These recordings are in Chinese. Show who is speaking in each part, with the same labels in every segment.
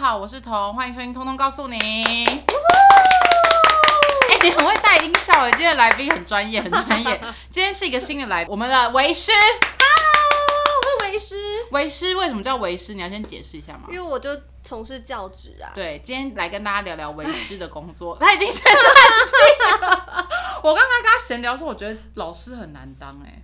Speaker 1: 好，我是彤，欢迎收听《通通告诉你》。哎、你很会带音效哎，今天的来宾很专业，很专业。今天是一个新的来宾，我们的为师。
Speaker 2: 会为师，
Speaker 1: 为师为什么叫为师？你要先解释一下吗
Speaker 2: 因？为我就从事教职啊。
Speaker 1: 对，今天来跟大家聊聊为师的工作。他已经生烂气了。 我刚才跟他闲聊说，我觉得老师很难当哎、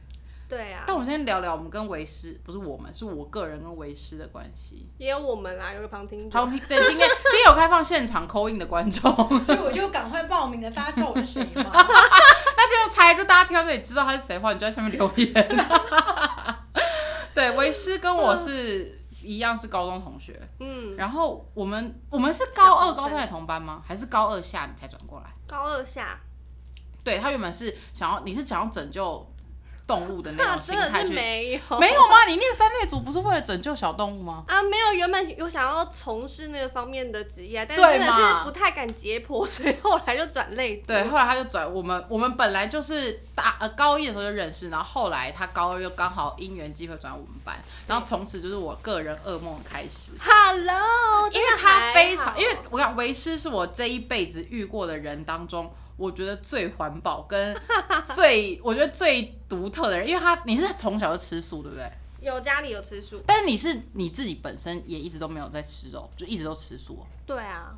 Speaker 2: 对啊
Speaker 1: 但，我们先聊聊我们跟为师，不是我们，是我个人跟为师的关系。
Speaker 2: 也有我们啦，有个旁听
Speaker 1: 好，
Speaker 2: 者。
Speaker 1: 对，今天今天有开放现场扣印的观众，
Speaker 3: 所以我就赶快报名了，大家知道我是谁 吗？
Speaker 1: 啊那就猜，就大家听到这里知道他是谁的话，你就在下面留 言。对，为师跟我是一样是高中同学，
Speaker 2: 嗯，
Speaker 1: 然后我们我们是高二、
Speaker 2: 小
Speaker 1: 高三的同班吗？还是高二下你才转过来？
Speaker 2: 高二下，
Speaker 1: 对他原本是想要，你是想要拯救动物的那
Speaker 2: 那
Speaker 1: 种心
Speaker 2: 真的
Speaker 1: 态
Speaker 2: 是
Speaker 1: 去，
Speaker 2: 没有，
Speaker 1: 没有吗？你念三类组不是为了拯救小动物吗？
Speaker 2: 啊，没有。原本有想要从事那个方面的职业，但
Speaker 1: 对
Speaker 2: 真的
Speaker 1: 嘛
Speaker 2: 是不太敢解剖，所以后来就转类组。
Speaker 1: 对，后来他就转我们，我们本来就是大呃高一的时候就认识，然后后来他高二又刚好因缘机会转我们班，然后从此就是我个人噩梦开始。
Speaker 2: ，Hello，
Speaker 1: 因为
Speaker 2: 真的还
Speaker 1: 他
Speaker 2: 好
Speaker 1: 非常，因为我讲维师是我这一辈子遇过的人当中，我觉得最环保 跟最我觉得最独特的人，因为他你是从小就吃素，对不对？
Speaker 2: 有家里有吃素。
Speaker 1: 但是你是你自己本身也一直都没有在吃肉，就一直都吃素哦。
Speaker 2: 对啊，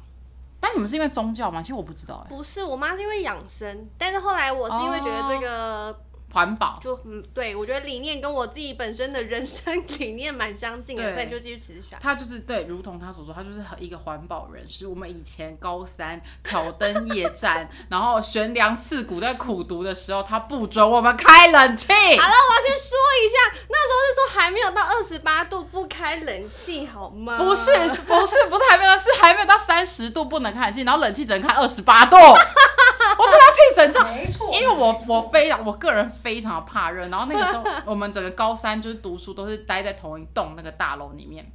Speaker 1: 但你们是因为宗教吗？其实我不知道哎、
Speaker 2: 不是我妈是因为养生，但是后来我是因为觉得这个
Speaker 1: 环保
Speaker 2: 就嗯，对我觉得理念跟我自己本身的人生理念蛮相近的，
Speaker 1: 对
Speaker 2: 所以就继续持续下去。
Speaker 1: 他就是对，如同他所说，他就是一个环保人士。我们以前高三挑灯夜战， 然后悬梁刺股，在苦读的时候，他不准我们开冷气。
Speaker 2: 好了，我要先说一下，那时候是说还没有到二十八度不开冷气好吗？啊
Speaker 1: 不是是不是不是还没有到是还没有到三十度不能开冷气，然后冷气只能开二十八度， 我真的要气神这
Speaker 3: 没错，
Speaker 1: 因为我我非常我个人非常的怕热，然后那个时候我们整个高三就是读书都是待在同一栋那个大楼里面，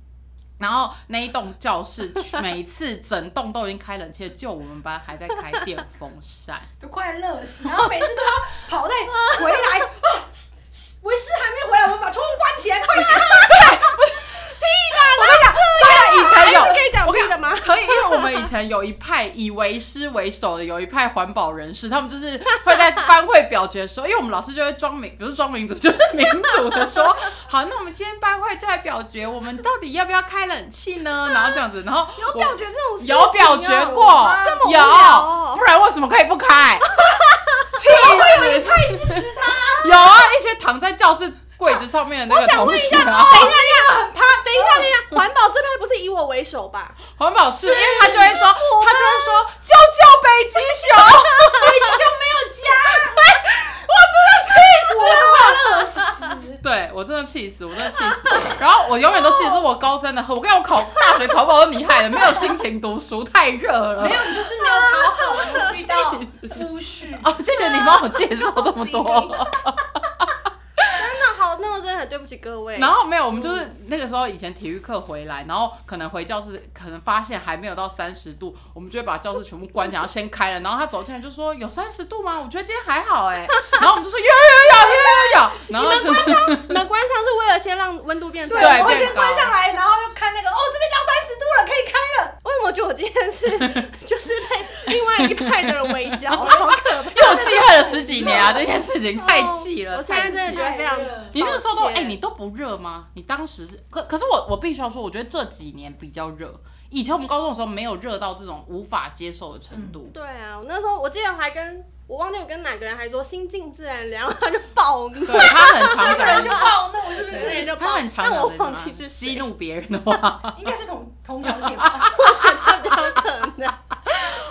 Speaker 1: 然后那一栋教室每次整栋都已经开冷气了，就我们班还在开电风扇。
Speaker 3: 都快热死，然后每次都要跑在回来啊，为师还没回来，我们把窗户关起来，快
Speaker 1: 啊
Speaker 3: 点！
Speaker 1: 对以前有
Speaker 2: 还是可以讲
Speaker 1: 我跟
Speaker 2: 屁的吗
Speaker 1: 你可以，因为我们以前有一派以为师为首的，有一派环保人士，他们就是会在班会表决的时候，因为我们老师就会装民，不是装民主，就是民主的说，好，那我们今天班会就来表决，我们到底要不要开冷气呢？然后这样子，然后有
Speaker 2: 有表决这种事情啊
Speaker 1: 有表决过
Speaker 2: 哇这么，无
Speaker 1: 有
Speaker 2: 聊哦，
Speaker 1: 不然为什么可以不开？气死人！
Speaker 3: 快支持他！
Speaker 1: 有啊，一些躺在教室柜子上面的那个同学啊。
Speaker 2: 等一下，等一下，他等一下，等一下，环保这边不是以我为首吧？
Speaker 1: 环保是，因为他就会说，他就会 说救救北极熊，
Speaker 3: 北极熊没有 家，我真的气死了，热死！
Speaker 1: 对我真的气死，我真的气死。然后我永远都记得是我高三的，我跟我考大学考不好是你害的，没有心情读书，太热了
Speaker 3: 没。有，你就是没有讨好，没有遇
Speaker 1: 啊
Speaker 3: 到夫婿。
Speaker 1: 哦，谢谢你帮我介绍这么多。
Speaker 2: 真的好，那我真的很对不起各位。
Speaker 1: 然后没有，我们就是那个时候以前体育课回来，然后可能回教室，可能发现还没有到三十度，我们就会把教室全部关起来，然后先开了。然后他走进来就说：“有三十度吗？我觉得今天还好哎、然后我们就说：“有有有有有有。”然后是
Speaker 2: 门关上是为了先让温度变低。
Speaker 3: 对，
Speaker 2: 为
Speaker 1: 对
Speaker 3: 我会
Speaker 1: 变
Speaker 3: 先关
Speaker 1: 高
Speaker 3: 上来，然后就看那个哦，这边到三十度了，可以开了。
Speaker 2: 什么我觉得我今天是 就是被另外一派的人围剿？好可怕！哦
Speaker 1: 又记恨了十几年啊！这件事情太气了，
Speaker 2: 我现在
Speaker 1: 太
Speaker 2: 真
Speaker 1: 气
Speaker 2: 的
Speaker 1: 了
Speaker 2: 觉得非常
Speaker 3: 太热了，
Speaker 1: 你那个时候都
Speaker 2: 抱
Speaker 1: 哎、
Speaker 2: 歉
Speaker 1: 你都不热吗？你当时是可可是我我必须要说，我觉得这几年比较热。以前我们高中的时候没有热到这种无法接受的程度，
Speaker 2: 对啊，我那时候我记得还跟我忘记我跟哪个人还说心静自然凉，然后他就爆怒，
Speaker 1: 对他很常
Speaker 3: 这个人就
Speaker 1: 讲，
Speaker 3: 暴怒哦是不
Speaker 2: 对
Speaker 3: 是？
Speaker 2: 就
Speaker 1: 他
Speaker 2: 爆
Speaker 1: 很
Speaker 2: 怒，
Speaker 1: 常
Speaker 2: 但啊我
Speaker 1: 讲
Speaker 2: 忘
Speaker 1: 这
Speaker 2: 记
Speaker 1: 句
Speaker 2: 是
Speaker 1: 话
Speaker 2: 谁
Speaker 1: 啊激，怒别人的 话。
Speaker 3: 应该是同同条铁吧？
Speaker 1: 啊
Speaker 2: 比较可能。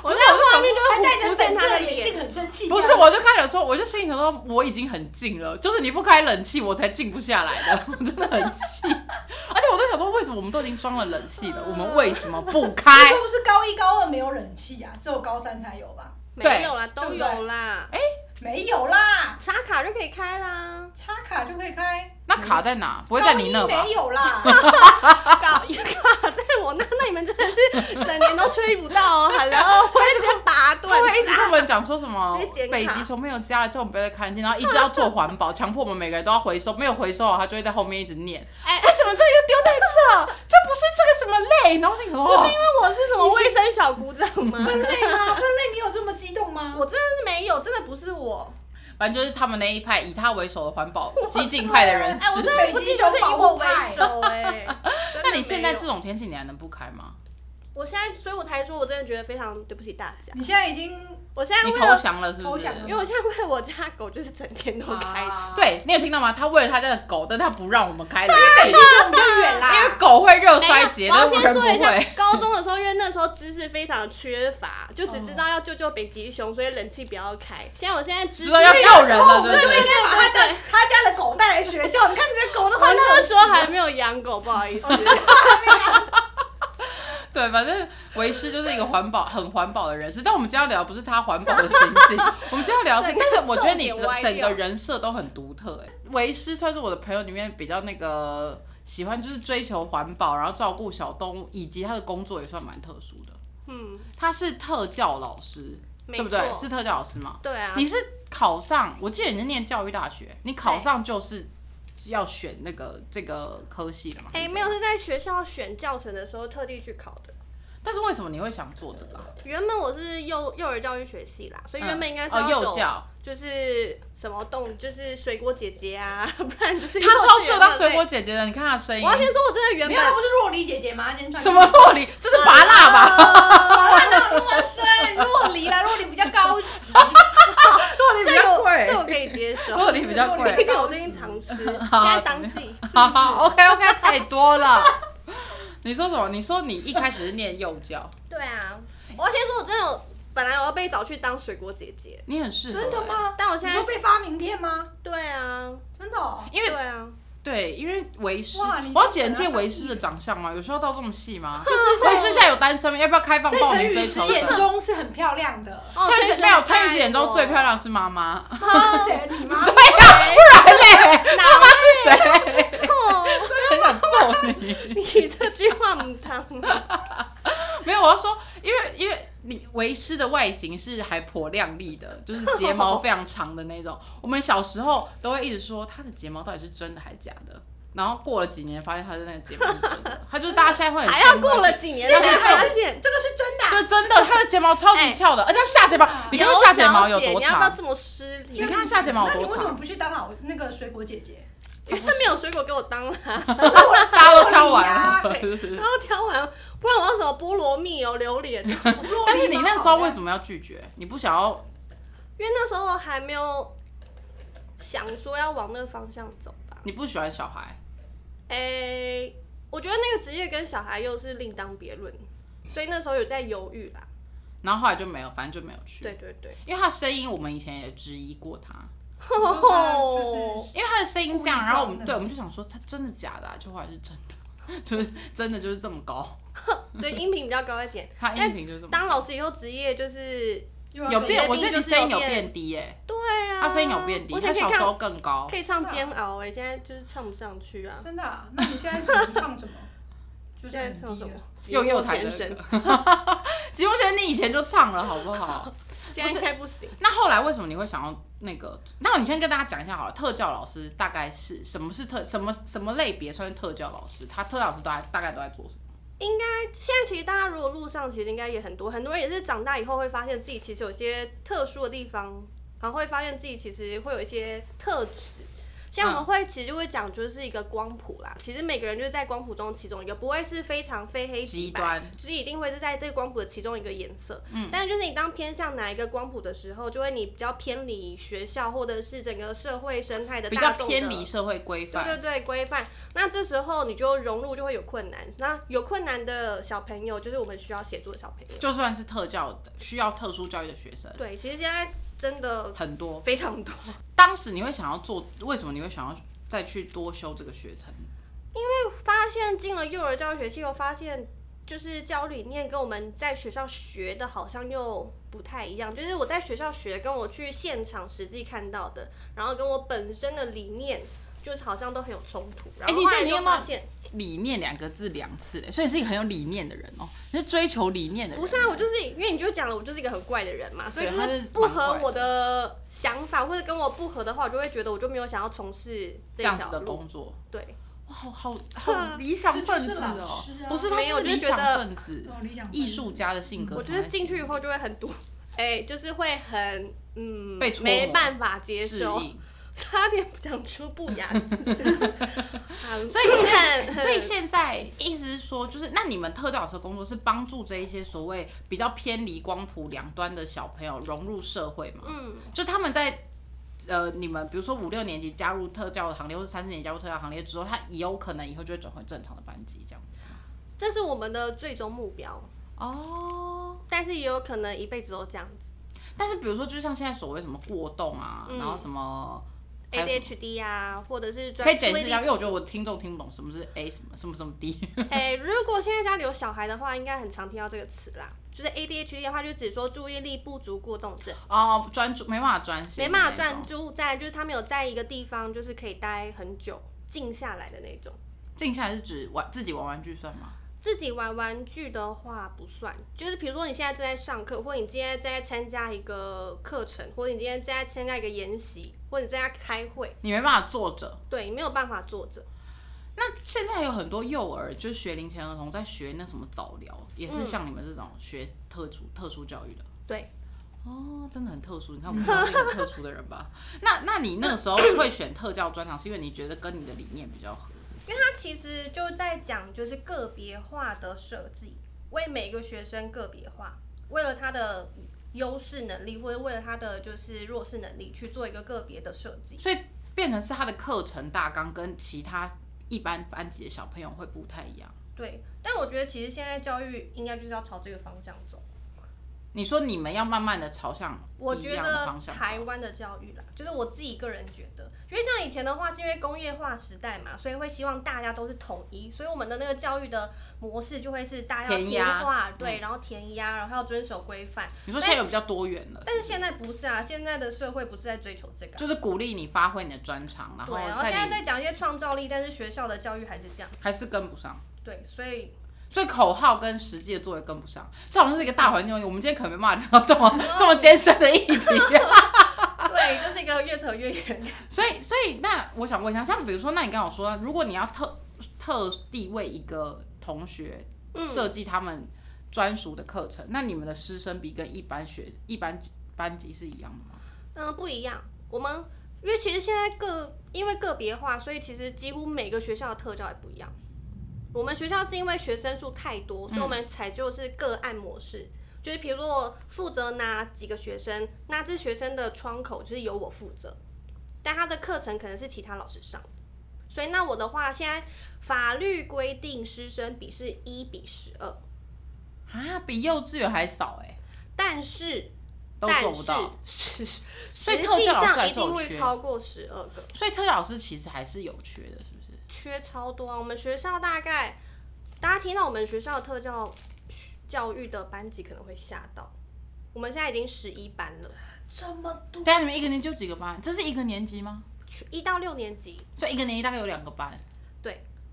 Speaker 2: 我那个画面就
Speaker 3: 还戴
Speaker 2: 浮
Speaker 3: 着
Speaker 2: 浮在
Speaker 3: 粉色
Speaker 2: 他
Speaker 3: 的
Speaker 2: 的
Speaker 3: 眼镜，
Speaker 2: 脸。
Speaker 3: 很生气。
Speaker 1: 不是，我就开始说，我就心里想说，我已经很静了，就是你不开冷气，我才静不下来的， 我真的很气。而且我在想说，为什么我们都已经装了冷气了，我们为什么不 开
Speaker 3: 是？不是高一高二没有冷气啊？只有高三才有吧？
Speaker 2: 没有啦，
Speaker 3: 对
Speaker 2: 都有啦。
Speaker 3: 没有啦，啦，，
Speaker 2: 插卡就可以开啦
Speaker 3: 插卡就可以开。
Speaker 1: 那卡在
Speaker 2: 嗯
Speaker 1: 哪？不
Speaker 3: 高
Speaker 1: 会
Speaker 3: 一
Speaker 1: 在你那吧
Speaker 3: 没？有啦，
Speaker 2: 搞 一卡在我那，那你们真的是整年都吹不到哦。Hello，我一直拔
Speaker 1: 他会
Speaker 2: 断，
Speaker 1: 一直跟我们讲说什么
Speaker 2: 啊直接剪卡
Speaker 1: 北极熊没有家了，叫我们不要再看见，然后一直要做环保，强迫我们每个人都要回收，没有回收，他就会在后面一直念，
Speaker 2: 哎
Speaker 1: 为什么这个又丢在这？这不是这个什么类？然后我心里想说，
Speaker 2: 不
Speaker 1: 哦
Speaker 2: 是因为我是什么卫生小鼓掌吗？
Speaker 3: 分类吗？分类你有这么激动吗？
Speaker 2: 我真的是没有，真的不是我。
Speaker 1: 反正就是他们那一派以他为首的环保 激进派的人
Speaker 2: 哎，我
Speaker 1: 士。
Speaker 2: 真的不记得是以我为首哎。
Speaker 1: 那你现在这
Speaker 2: 这，
Speaker 1: 种天气，你还能不开吗？
Speaker 2: 我现在，所以我才说我真的觉得非常对不起大家。
Speaker 3: 你现在已经
Speaker 2: 我现在
Speaker 1: 你
Speaker 2: 为
Speaker 1: 投
Speaker 2: 了，
Speaker 1: 降了是不
Speaker 3: 投
Speaker 1: 是
Speaker 3: 降？了
Speaker 2: 因为我现在为了我家狗，就是整天都开着。
Speaker 3: 啊，
Speaker 1: 对，你有听到吗？他为了他家的狗，但他不让我们开冷
Speaker 3: 北
Speaker 1: 气，
Speaker 3: 极熊比较远啦，
Speaker 1: 因为狗会热衰
Speaker 2: 没
Speaker 1: 竭，
Speaker 2: 有我
Speaker 1: 但
Speaker 2: 要
Speaker 1: 是
Speaker 2: 先
Speaker 1: 人不
Speaker 2: 说一
Speaker 1: 会。
Speaker 2: 下，高中的时候，因为那时候知识非常缺乏，就只知道要救救北极熊，所以冷气不要开。现在我现在
Speaker 1: 知
Speaker 2: 知识哦
Speaker 1: 道要救人了，
Speaker 3: 我
Speaker 1: 对
Speaker 3: 们
Speaker 1: 不
Speaker 3: 就
Speaker 1: 对
Speaker 3: 应？该把他
Speaker 2: 对对
Speaker 3: 家他家的狗带来学校。你看你的狗都
Speaker 2: 我
Speaker 3: 快
Speaker 2: 那
Speaker 3: 乐
Speaker 2: 个
Speaker 3: 死
Speaker 2: 时候还没有养狗，不好意思。
Speaker 1: 对，反正维师就是一个环保、很环保的人士。但我们今天要聊的不是他环保的行 径，我们今天要聊的是，但是我觉得你
Speaker 2: 重点歪
Speaker 1: 整
Speaker 2: 掉
Speaker 1: 整个人设都很独特、欸。维师算是我的朋友里面比较那个喜欢，就是追求环保，然后照顾小动物，以及他的工作也算蛮特殊的。
Speaker 2: 嗯，
Speaker 1: 他是特教老师，对
Speaker 2: 没错
Speaker 1: 不对？是特教老师吗？
Speaker 2: 对啊，
Speaker 1: 你是考上，我记得你是念教育大学，你考上就是要选那个这个科系了吗？
Speaker 2: 哎、没有是在学校选教程的时候特地去考的。
Speaker 1: 但是为什么你会想做这个啊、
Speaker 2: 原本我是幼幼儿教育学系啦，所以原本应该是
Speaker 1: 嗯
Speaker 2: 要
Speaker 1: 哦
Speaker 2: 走
Speaker 1: 幼教，
Speaker 2: 就是什么动，就是水果姐姐啊， 不然就是幼
Speaker 1: 他超
Speaker 2: 稚
Speaker 1: 适合
Speaker 2: 园
Speaker 1: 当
Speaker 2: 那
Speaker 1: 水果
Speaker 2: 类。
Speaker 1: 姐姐的，你看他声音
Speaker 2: 我要。先说，我真的原
Speaker 3: 没
Speaker 2: 本呃
Speaker 3: 有，她不是若梨姐姐吗？她今天穿
Speaker 1: 什么洛梨？这是拔蜡 吧？
Speaker 2: 吧？
Speaker 3: 啊？那有那么深，若梨啦，若梨比较高级。
Speaker 1: 洛梨
Speaker 2: 这 个我这个我可以接受，
Speaker 1: 洛梨比较
Speaker 3: 洛
Speaker 2: 毕
Speaker 3: 梨
Speaker 1: 贵。
Speaker 2: 竟我最近常吃， 现在当季，是
Speaker 1: 啊好
Speaker 2: 不是？
Speaker 1: 好，OK OK，太多了。你说什么？你说你一开始是念幼教，
Speaker 2: 对啊，我要先说，我真的有本来我要被找去当水果姐姐，
Speaker 1: 你很适合、
Speaker 3: 真的？吗？
Speaker 2: 但我现
Speaker 3: 你
Speaker 2: 在
Speaker 3: 说被发名片吗？
Speaker 2: 对啊，
Speaker 3: 真的哦。
Speaker 1: 因为
Speaker 2: 对啊，
Speaker 1: 对，因为维师，
Speaker 3: 哇你
Speaker 1: 我要简介维师的长相吗？有需要到这么细吗？就是维师现在有单身吗？要不要开放
Speaker 3: 在
Speaker 1: 报
Speaker 3: 陈
Speaker 1: 名
Speaker 3: 雨
Speaker 1: 追
Speaker 3: 石
Speaker 1: 求
Speaker 3: 眼
Speaker 1: 者？
Speaker 3: 中是很漂亮的，
Speaker 2: 哦
Speaker 1: 陈雨石没有，陈雨石眼中最漂，亮是妈妈。
Speaker 3: 她是谁？你妈？
Speaker 1: 对呀、
Speaker 2: 哎
Speaker 1: 不然 嘞，
Speaker 2: 哪
Speaker 1: 妈是谁？
Speaker 2: 哦，
Speaker 1: 真的很想揍你。
Speaker 2: 你这句话唔当，
Speaker 1: 没有，我要说，因为因为你维师的外形是还颇亮丽的，就是睫毛非常长的那种。 我们小时候都会一直说她的睫毛到底是真的还是假的，然后过了几年发现她的那个睫毛是真的，她就是大家现在会很
Speaker 2: 还要
Speaker 1: 羡慕
Speaker 2: 过
Speaker 1: 她
Speaker 2: 了
Speaker 1: 是
Speaker 2: 几年
Speaker 3: 现
Speaker 2: 才
Speaker 3: 在
Speaker 2: 发
Speaker 3: 还是
Speaker 2: 现。
Speaker 3: 这个是真的啊，
Speaker 1: 就真的，她的睫毛超级翘的，而且她下睫毛，你看她下睫毛有多
Speaker 2: 你要不要
Speaker 1: 长？
Speaker 2: 这么失
Speaker 1: 你
Speaker 2: 礼？
Speaker 1: 看她下睫毛
Speaker 3: 那
Speaker 1: 有
Speaker 3: 你
Speaker 1: 多
Speaker 3: 为什么
Speaker 1: 长？
Speaker 3: 不去当老那个水果姐 姐？
Speaker 2: 因为他没有水果给我当啦，
Speaker 1: 大家都挑完
Speaker 3: 不
Speaker 1: 了
Speaker 3: 理。
Speaker 2: 然后挑完，不然我要什么菠萝蜜哦、榴莲哦，
Speaker 1: 但是你那时候为
Speaker 3: 么？
Speaker 1: 什么要拒绝？你不想要？
Speaker 2: 因为那时候还没有想说要往那个方向走吧。
Speaker 1: 你不喜欢小孩？
Speaker 2: 诶、我觉得那个职业跟小孩又是另当别论，所以那时候有在犹豫啦。
Speaker 1: 然后后来就没有，反正就没有去。
Speaker 2: 对对对，
Speaker 1: 因为她的声音，我们以前也质疑过她。
Speaker 3: 就是
Speaker 1: 因为他的声音这样，
Speaker 3: 故意
Speaker 1: 然后我
Speaker 3: 装
Speaker 1: 们
Speaker 3: 的
Speaker 1: 对我们就想说，他真的假的、啊？就后来是真的， 就是真的就是这么高，
Speaker 2: 对音频比较高一点。
Speaker 1: 他音频就是这么
Speaker 2: 当老师以后职业就是，
Speaker 3: 有
Speaker 1: 有
Speaker 3: 人
Speaker 1: 变，
Speaker 2: 直接
Speaker 1: 我觉得你
Speaker 2: 就是
Speaker 1: 声音有
Speaker 2: 有变
Speaker 1: 变低耶、
Speaker 2: 对啊，
Speaker 1: 他声音有变低，
Speaker 2: 我
Speaker 1: 他
Speaker 2: 以前
Speaker 1: 小
Speaker 2: 可以
Speaker 1: 时
Speaker 2: 看
Speaker 1: 候更高
Speaker 2: 可。以唱煎熬哎、现在就是唱不上去啊。
Speaker 3: 真的啊？那你现在只能 唱什么？就
Speaker 2: 现
Speaker 3: 是
Speaker 2: 在
Speaker 3: 很低啊
Speaker 2: 唱什么
Speaker 3: 的？
Speaker 1: 又又台
Speaker 2: 先
Speaker 1: 的
Speaker 2: 生，
Speaker 1: 歌，吉木先生，你以前就唱了好不好？
Speaker 2: 现在应该不行。
Speaker 1: 那后来为什么你会想要那个？那你先跟大家讲一下好了，特教老师大概是什么是特什么什么类别算是特教老师？他特教老师大概大概都在做什么？
Speaker 2: 应该现在其实大家如果路上其实应该也很多，很多人也是长大以后会发现自己其实有一些特殊的地方，然后会发现自己其实会有一些特质。像
Speaker 1: 嗯
Speaker 2: 我们会其实就会讲就是一个光谱啦，其实每个人就是在光谱中其中一个，不会是非常非黑即
Speaker 1: 极
Speaker 2: 白，
Speaker 1: 端
Speaker 2: 就是一定会是在这个光谱的其中一个颜色。嗯，但是就是你当偏向哪一个光谱的时候，就会你比较偏离学校或者是整个社会生态的
Speaker 1: 比
Speaker 2: 大
Speaker 1: 较
Speaker 2: 众的
Speaker 1: 偏离社会规范。
Speaker 2: 对对对，规范。那这时候你就融入就会有困难。那有困难的小朋友，就是我们需要协助的小朋友。
Speaker 1: 就算是特教的需要特殊教育的学生
Speaker 2: 对，其实现在真的
Speaker 1: 很多，
Speaker 2: 非常多，
Speaker 1: 当时你会想要做，为什么你会想要再去多修这个学程？
Speaker 2: 发现进了幼儿教育学系后，发现就是教理念跟我们在学校学的好像又不太一样，就是我在学校学跟我去现场实际看到的，然后跟我本身的理念就是好像都很有冲突。然后
Speaker 1: 哎你
Speaker 2: 后
Speaker 1: 这
Speaker 2: 来
Speaker 1: 你
Speaker 2: 就
Speaker 1: 有没有
Speaker 2: 发现，
Speaker 1: 理念两个字两次嘞，所以你是一个很有理念的人哦，你是追求理念的人。哦
Speaker 2: 不是啊，我就是因为你就讲了，我就是一个很怪的人嘛，所以
Speaker 1: 对
Speaker 2: 就
Speaker 1: 他是
Speaker 2: 不
Speaker 1: 蛮
Speaker 2: 合
Speaker 1: 怪
Speaker 2: 我的想法或者跟我不合的话，我就会觉得我就没有想要从事
Speaker 1: 这
Speaker 2: 条
Speaker 1: 样子的
Speaker 2: 路。
Speaker 1: 工作，
Speaker 2: 对，
Speaker 1: 哇，好 好好理想分子
Speaker 3: 这就是老
Speaker 1: 哦
Speaker 3: 师，啊
Speaker 1: 不是他
Speaker 2: 没有
Speaker 1: 是
Speaker 2: 就是
Speaker 1: 理
Speaker 2: 觉
Speaker 1: 想
Speaker 2: 得
Speaker 1: 分子
Speaker 3: 这，种理想
Speaker 1: 艺术家的性格
Speaker 2: 我
Speaker 1: 才
Speaker 2: 觉
Speaker 1: 会。
Speaker 2: 得进去以后就会很堵，哎、就是会很嗯，
Speaker 1: 被戳
Speaker 2: 没
Speaker 1: 磨
Speaker 2: 办法接
Speaker 1: 适
Speaker 2: 受，
Speaker 1: 应，
Speaker 2: 差点讲出不雅 的字。
Speaker 1: 所
Speaker 2: 所
Speaker 1: 以你
Speaker 2: 很
Speaker 1: 所以
Speaker 2: 很
Speaker 1: 现在意思是说，就是那你们特教老师的工作是帮助这一些所谓比较偏离光谱两端的小朋友融入社会吗？
Speaker 2: 嗯，
Speaker 1: 就他们在呃，你们比如说五六年级加入特教的行列，或者三四年级加入特教行列之后，他也有可能以后就会转回正常的班级这样子吗。
Speaker 2: 这是我们的最终目标，
Speaker 1: 哦，
Speaker 2: 但是也有可能一辈子都这样子。
Speaker 1: 但是比如说，就像现在所谓什么过动啊，
Speaker 2: 嗯
Speaker 1: 然后什么。还有什么
Speaker 2: ADHD 啊，或者是专
Speaker 1: 可以解释一下，
Speaker 2: 注
Speaker 1: 因
Speaker 2: 意
Speaker 1: 为
Speaker 2: 力
Speaker 1: 我觉得我听众听不懂什么是 A 什么什么什么 D。
Speaker 2: 哎、如果现在家里有小孩的话，应该很常听到这个词啦。就是 ADHD 的话，就只说注意力不足过动症，
Speaker 1: 哦，专注没办法专心，
Speaker 2: 没办法专，注在，就是他没有在一个地方，就是可以待很久、静下来的那种。
Speaker 1: 静下来是指玩自己玩玩具算吗？
Speaker 2: 自己玩玩具的话不算，就是比如说你现在正在上课，或者你今天正在参加一个课程，或者你今天正在参加一个研习，或者你正在开会，
Speaker 1: 你没办法坐着。
Speaker 2: 对你没有办法坐着。
Speaker 1: 那现在有很多幼儿，就是学龄前儿童在学那什么早疗，也是像你们这种学特殊特殊教育的。
Speaker 2: 嗯对，
Speaker 1: 哦，真的很特殊。你看，我们都是一个特殊的人吧？ 那那你那个时候会选特教专长，是因为你觉得跟你的理念比较合适？
Speaker 2: 因为它其实就在讲就是个别化的设计，为每个学生个别化，为了他的优势能力或者为了他的就是弱势能力去做一个个别的设计。
Speaker 1: 所以变成是他的课程大纲跟其他一般班级的小朋友会不太一样。
Speaker 2: 对，但我觉得其实现在教育应该就是要朝这个方向走。
Speaker 1: 你说你们要慢慢的朝向
Speaker 2: 我
Speaker 1: 一
Speaker 2: 觉
Speaker 1: 样的
Speaker 2: 得
Speaker 1: 方向
Speaker 2: 台
Speaker 1: 走
Speaker 2: 湾的教育啦，就是我自己个人觉得，因为像以前的话，是因为工业化时代嘛，所以会希望大家都是统一，所以我们的那个教育的模式就会是大家要
Speaker 1: 填
Speaker 2: 听
Speaker 1: 鸭嗯
Speaker 2: 话，对，然后填鸭，然后要遵守规范。
Speaker 1: 你说现在有比较多元了，
Speaker 2: 但是现在不是啊，现在的社会不是在追求这个啊、
Speaker 1: 就是鼓励你发挥你的专长，然后
Speaker 2: 对，然后现在
Speaker 1: 在你
Speaker 2: 在讲一些创造力，但是学校的教育还是这样，
Speaker 1: 还是跟不上。
Speaker 2: 对，所以
Speaker 1: 所以口号跟实际的作为跟不上，这好像是一个大环境。我们今天可能没办法聊到这么这么艰深的议题。
Speaker 2: 对，就是一个越扯越远。
Speaker 1: 所以，所以那我想问一下，像比如说，那你刚好说，如果你要特特地为一个同学设计他们专属的课程，那你们的师生比跟一般学一般班级是一样的吗？
Speaker 2: 嗯，不一样。我们因为其实现在个因为个别化，所以其实几乎每个学校的特教也不一样。我们学校是因为学生数太多，所以我们采就是个案模式，就是比如说我负责哪几个学生，那这学生的窗口就是由我负责，但他的课程可能是其他老师上。所以那我的话，现在法律规定师生比是一比十二，
Speaker 1: 啊，比幼稚园还少哎、
Speaker 2: 但是
Speaker 1: 都
Speaker 2: 但
Speaker 1: 做不
Speaker 2: 是
Speaker 1: 到。
Speaker 2: 实
Speaker 1: 所以
Speaker 2: 实
Speaker 1: 特
Speaker 2: 际
Speaker 1: 教老师
Speaker 2: 上
Speaker 1: 还
Speaker 2: 一
Speaker 1: 是有
Speaker 2: 定会
Speaker 1: 缺
Speaker 2: 超过十二个。
Speaker 1: 所以特教老师其实还是有缺的，是不是？
Speaker 2: 缺超多啊！我们学校大概，大家听到我们学校的特教教育的班级可能会吓到。我们现在已经十一班了，
Speaker 3: 这么多，
Speaker 1: 但你们一个年级有几个班？这是一个年级吗？
Speaker 2: 去一到六年级，
Speaker 1: 所以一个年级大概有两个班。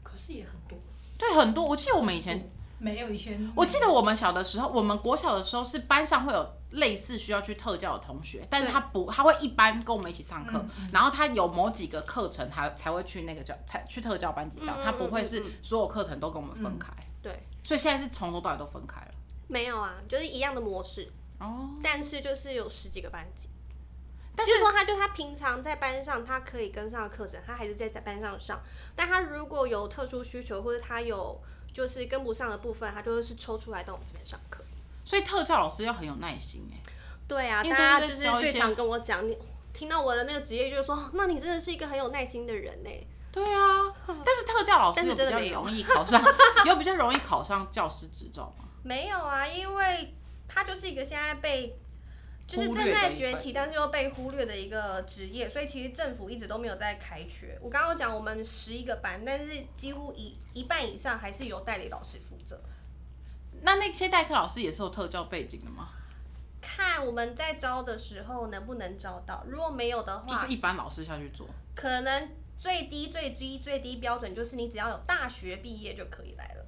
Speaker 3: 可是也很多，
Speaker 1: 对，很多。我记得我们以前，
Speaker 3: 没有以前
Speaker 1: 我记得我们小的时候，我们国小的时候是班上会有类似需要去特教的同学，但是他不，他会一班跟我们一起上课，然后他有某几个课程还才会去那个教，才去特教班级上，
Speaker 2: 嗯
Speaker 1: 他不会是
Speaker 2: 嗯嗯
Speaker 1: 所有课程都跟我们分开。
Speaker 2: 对，
Speaker 1: 所以现在是从头到尾都分开了。
Speaker 2: 没有啊，就是一样的模式，
Speaker 1: 哦，
Speaker 2: 但是就是有十几个班级。
Speaker 1: 但
Speaker 2: 是说，他就他平常在班上，他可以跟上课程，他还是在在班上上。但他如果有特殊需求，或者他有就是跟不上的部分，他就会是抽出来到我们这边上课。
Speaker 1: 所以特教老师要很有耐心哎、
Speaker 2: 对啊，
Speaker 1: 因为
Speaker 2: 大
Speaker 1: 都
Speaker 2: 家
Speaker 1: 是
Speaker 2: 就
Speaker 1: 在
Speaker 2: 是
Speaker 1: 教一
Speaker 2: 最
Speaker 1: 些
Speaker 2: 常跟我讲，你听到我的那个职业就是说，那你真的是一个很有耐心的人呢。
Speaker 1: 对 啊，但是特教老师
Speaker 2: 但
Speaker 1: 有
Speaker 2: 是
Speaker 1: 比
Speaker 2: 真
Speaker 1: 较
Speaker 2: 的没有
Speaker 1: 容易考 上，有比较容易考上教师执照吗？
Speaker 2: 没有啊，因为他就是一个现在被。就是
Speaker 1: 忽
Speaker 2: 正
Speaker 1: 略的
Speaker 2: 在
Speaker 1: 一
Speaker 2: 崛
Speaker 1: 份
Speaker 2: 起，但是又被忽略的一个职业，所以其实政府一直都没有在开缺。我刚刚有讲我们十一个班，但是几乎一一半以上还是由代理老师负责。
Speaker 1: 那那些代课老师也是有特教背景的吗？
Speaker 2: 看我们在招的时候能不能招到，如果没有的话，
Speaker 1: 就是一般老师下去做。
Speaker 2: 可能最低最低最低标准就是你只要有大学毕业就可以来了，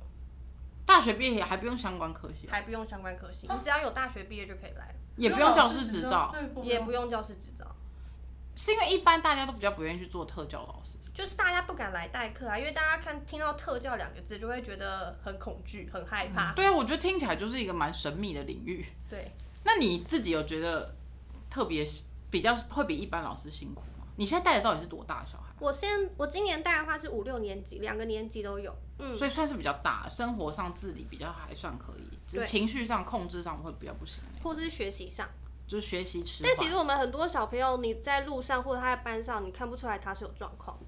Speaker 1: 大学毕业还不用相关科系，啊
Speaker 2: 还不用相关科系，你只要有大学毕业就可以来了，
Speaker 1: 也不用教师执照，
Speaker 2: 也不用教师执照。
Speaker 1: 是因为一般大家都比较不愿意去做特教老师。
Speaker 2: 就是大家不敢来代课啊，因为大家看听到“特教”两个字就会觉得很恐惧、很害怕。
Speaker 1: 对啊，我觉得听起来就是一个蛮神秘的领域。
Speaker 2: 对，
Speaker 1: 那你自己有觉得特别比较会比一般老师辛苦吗？你现在带的到底是多大的小啊孩？
Speaker 2: 我现我今年带的话是五六年级，两个年级都有。嗯，
Speaker 1: 所以算是比较大，生活上自理比较还算可以，只是
Speaker 2: 对
Speaker 1: 情绪上控制上会比较不行欸、
Speaker 2: 或者是学习上。
Speaker 1: 就是学习迟
Speaker 2: 但
Speaker 1: 缓
Speaker 2: 其实我们很多小朋友，你在路上或者他在班上，你看不出来他是有状况的。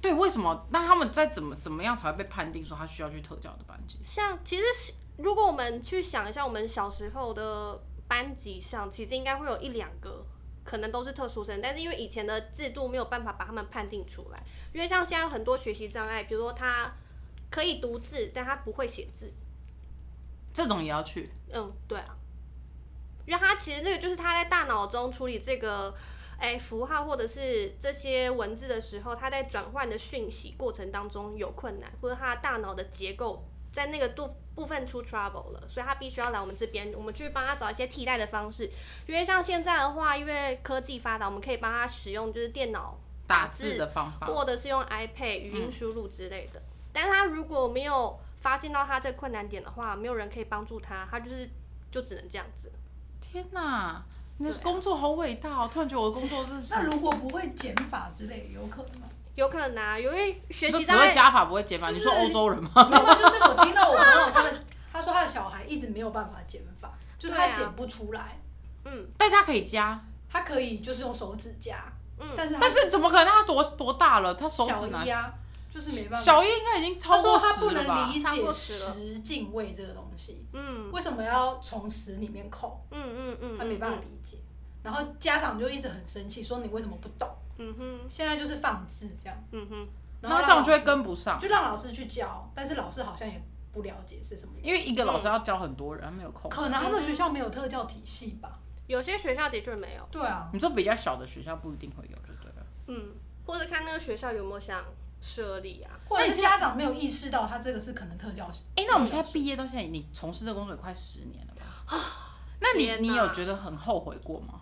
Speaker 1: 对，为什么？那他们在怎么怎么样才会被判定说他需要去特教的班级？
Speaker 2: 像其实是如果我们去想一下，我们小时候的班级上，其实应该会有一两个。可能都是特殊生，但是因为以前的制度没有办法把他们判定出来，因为像现在有很多学习障碍，比如说他可以读字，但他不会写字，
Speaker 1: 这种也要去，
Speaker 2: 嗯，对啊，因为他其实这个就是他在大脑中处理这个，哎、符号或者是这些文字的时候，他在转换的讯息过程当中有困难，或者他大脑的结构在那个部部分出 trouble 了，所以他必须要来我们这边，我们去帮他找一些替代的方式。因为像现在的话，因为科技发达，我们可以帮他使用就是电脑
Speaker 1: 打字的方法。
Speaker 2: 或者是用 iPad 语音输入之类的。但是他如果没有发现到他这困难点的话，没有人可以帮助他，他就是就只能这样子。
Speaker 1: 天哪，你的工作好伟大哦！突然觉得我的工作是什
Speaker 3: 啊 那
Speaker 1: 么？
Speaker 3: 如果不会减法之类，有可 能吗？
Speaker 2: 有可能啊，由于学
Speaker 1: 你说
Speaker 2: 习
Speaker 1: 只
Speaker 2: 障
Speaker 1: 会
Speaker 2: 碍，
Speaker 1: 加法不会减法？
Speaker 3: 就是
Speaker 1: 你说欧洲人吗？
Speaker 3: 没有，就是我听到我朋友他的，他说他的小孩一直没有办法减法，就是他
Speaker 2: 对啊
Speaker 3: 减不出来，
Speaker 2: 嗯，
Speaker 1: 但是他可以加，
Speaker 3: 他可以就是用手指夹，
Speaker 2: 嗯
Speaker 3: 但是他
Speaker 1: 但是怎么可能？他多多大了？他手指
Speaker 3: 啊小
Speaker 1: 拿
Speaker 3: 一啊，就是没办法。
Speaker 1: 小一应该已经超
Speaker 3: 他
Speaker 1: 过
Speaker 3: 说他不
Speaker 1: 十了
Speaker 3: 能
Speaker 1: 吧？
Speaker 3: 理
Speaker 2: 超
Speaker 3: 解
Speaker 2: 过十了
Speaker 3: 十进位这个东西，
Speaker 2: 嗯
Speaker 3: 为什么要从十里面扣？
Speaker 2: 嗯嗯嗯，
Speaker 3: 他没办法
Speaker 2: 法，
Speaker 3: 理解。然后家长就一直很生气，说你为什么不懂？
Speaker 2: 嗯哼
Speaker 3: 现在就是放置这样，
Speaker 2: 嗯哼，
Speaker 1: 然后这样就会
Speaker 3: 让
Speaker 1: 跟不
Speaker 3: 老
Speaker 1: 上
Speaker 3: 师，就让老师去教，但是老师好像也不了解是什么原因。
Speaker 1: 因为一个老师
Speaker 3: 嗯
Speaker 1: 要教很多人，他没有空。
Speaker 3: 可能他们学校没有特教体系吧？
Speaker 2: 有些学校的确没有，
Speaker 3: 对啊，
Speaker 1: 你说比较小的学校不一定会有，就对了。
Speaker 2: 嗯，或者看那个学校有没有想设立啊，
Speaker 3: 或者是家长没有意识到他这个是可能特教。
Speaker 1: 哎、那我们现在毕业到现在，你从事这工作也快十年了吧？那你
Speaker 2: 天哪
Speaker 1: 你有觉得很后悔过吗？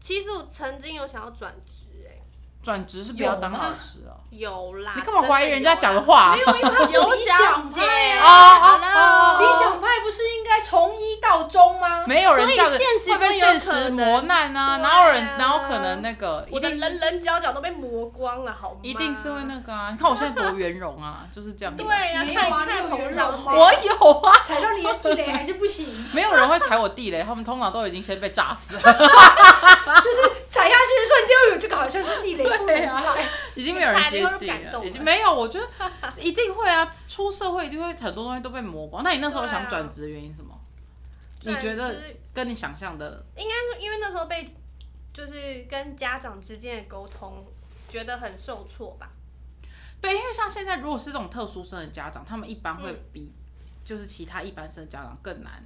Speaker 2: 其实我曾经有想要转职，哎，
Speaker 1: 转职是不要
Speaker 3: 有
Speaker 1: 当
Speaker 3: 吗
Speaker 1: 老师哦、
Speaker 2: 有啦，
Speaker 1: 你干嘛怀疑人家讲的
Speaker 2: 话？
Speaker 1: 话啊、
Speaker 3: 没有，因为他是
Speaker 2: 有
Speaker 3: 理想
Speaker 2: 想姐
Speaker 3: 派
Speaker 1: 哦
Speaker 3: 啊！
Speaker 1: 哦
Speaker 2: 好了
Speaker 1: 哦
Speaker 3: 理想派不是应该从一到终 吗？
Speaker 1: 没有人这样子
Speaker 2: 所以现实
Speaker 1: 会被
Speaker 2: 中有
Speaker 1: 现实
Speaker 2: 可能
Speaker 1: 磨难啊，
Speaker 2: 对啊
Speaker 1: 哪有人哪有可能那个一
Speaker 2: 我的
Speaker 1: 定
Speaker 2: 棱棱角角都被磨光了，好吗？
Speaker 1: 一定是会那个啊！你看我现在多圆融啊，就是这样子。
Speaker 2: 对呀、
Speaker 3: 没有
Speaker 2: 看
Speaker 3: 啊
Speaker 2: 看
Speaker 3: 你有
Speaker 2: 同
Speaker 3: 人
Speaker 2: 小
Speaker 3: 有
Speaker 2: 姐
Speaker 3: 吗
Speaker 1: 我有啊，
Speaker 3: 踩到你的地雷还是不行，就
Speaker 1: 没有人会踩我地雷，他们通常都已经先被炸死了，
Speaker 3: 是踩下去的瞬间又有这个好像是地雷不能
Speaker 1: 对啊
Speaker 3: 踩。
Speaker 1: 已经没有人接
Speaker 2: 踩了
Speaker 1: 近
Speaker 2: 又感
Speaker 1: 了，
Speaker 2: 动
Speaker 1: 已经没有。我觉得一定会啊，出社会一定会很多东西都被磨光。那你那时候
Speaker 2: 对啊
Speaker 1: 想转职的原因是什么？你觉
Speaker 2: 转
Speaker 1: 得
Speaker 2: 职
Speaker 1: 跟你想象的
Speaker 2: 应该是因为那时候被就是跟家长之间的沟通，觉得很受挫吧。
Speaker 1: 对，因为像现在如果是这种特殊生的家长，他们一般会
Speaker 2: 嗯
Speaker 1: 比就是其他一般生的家长更难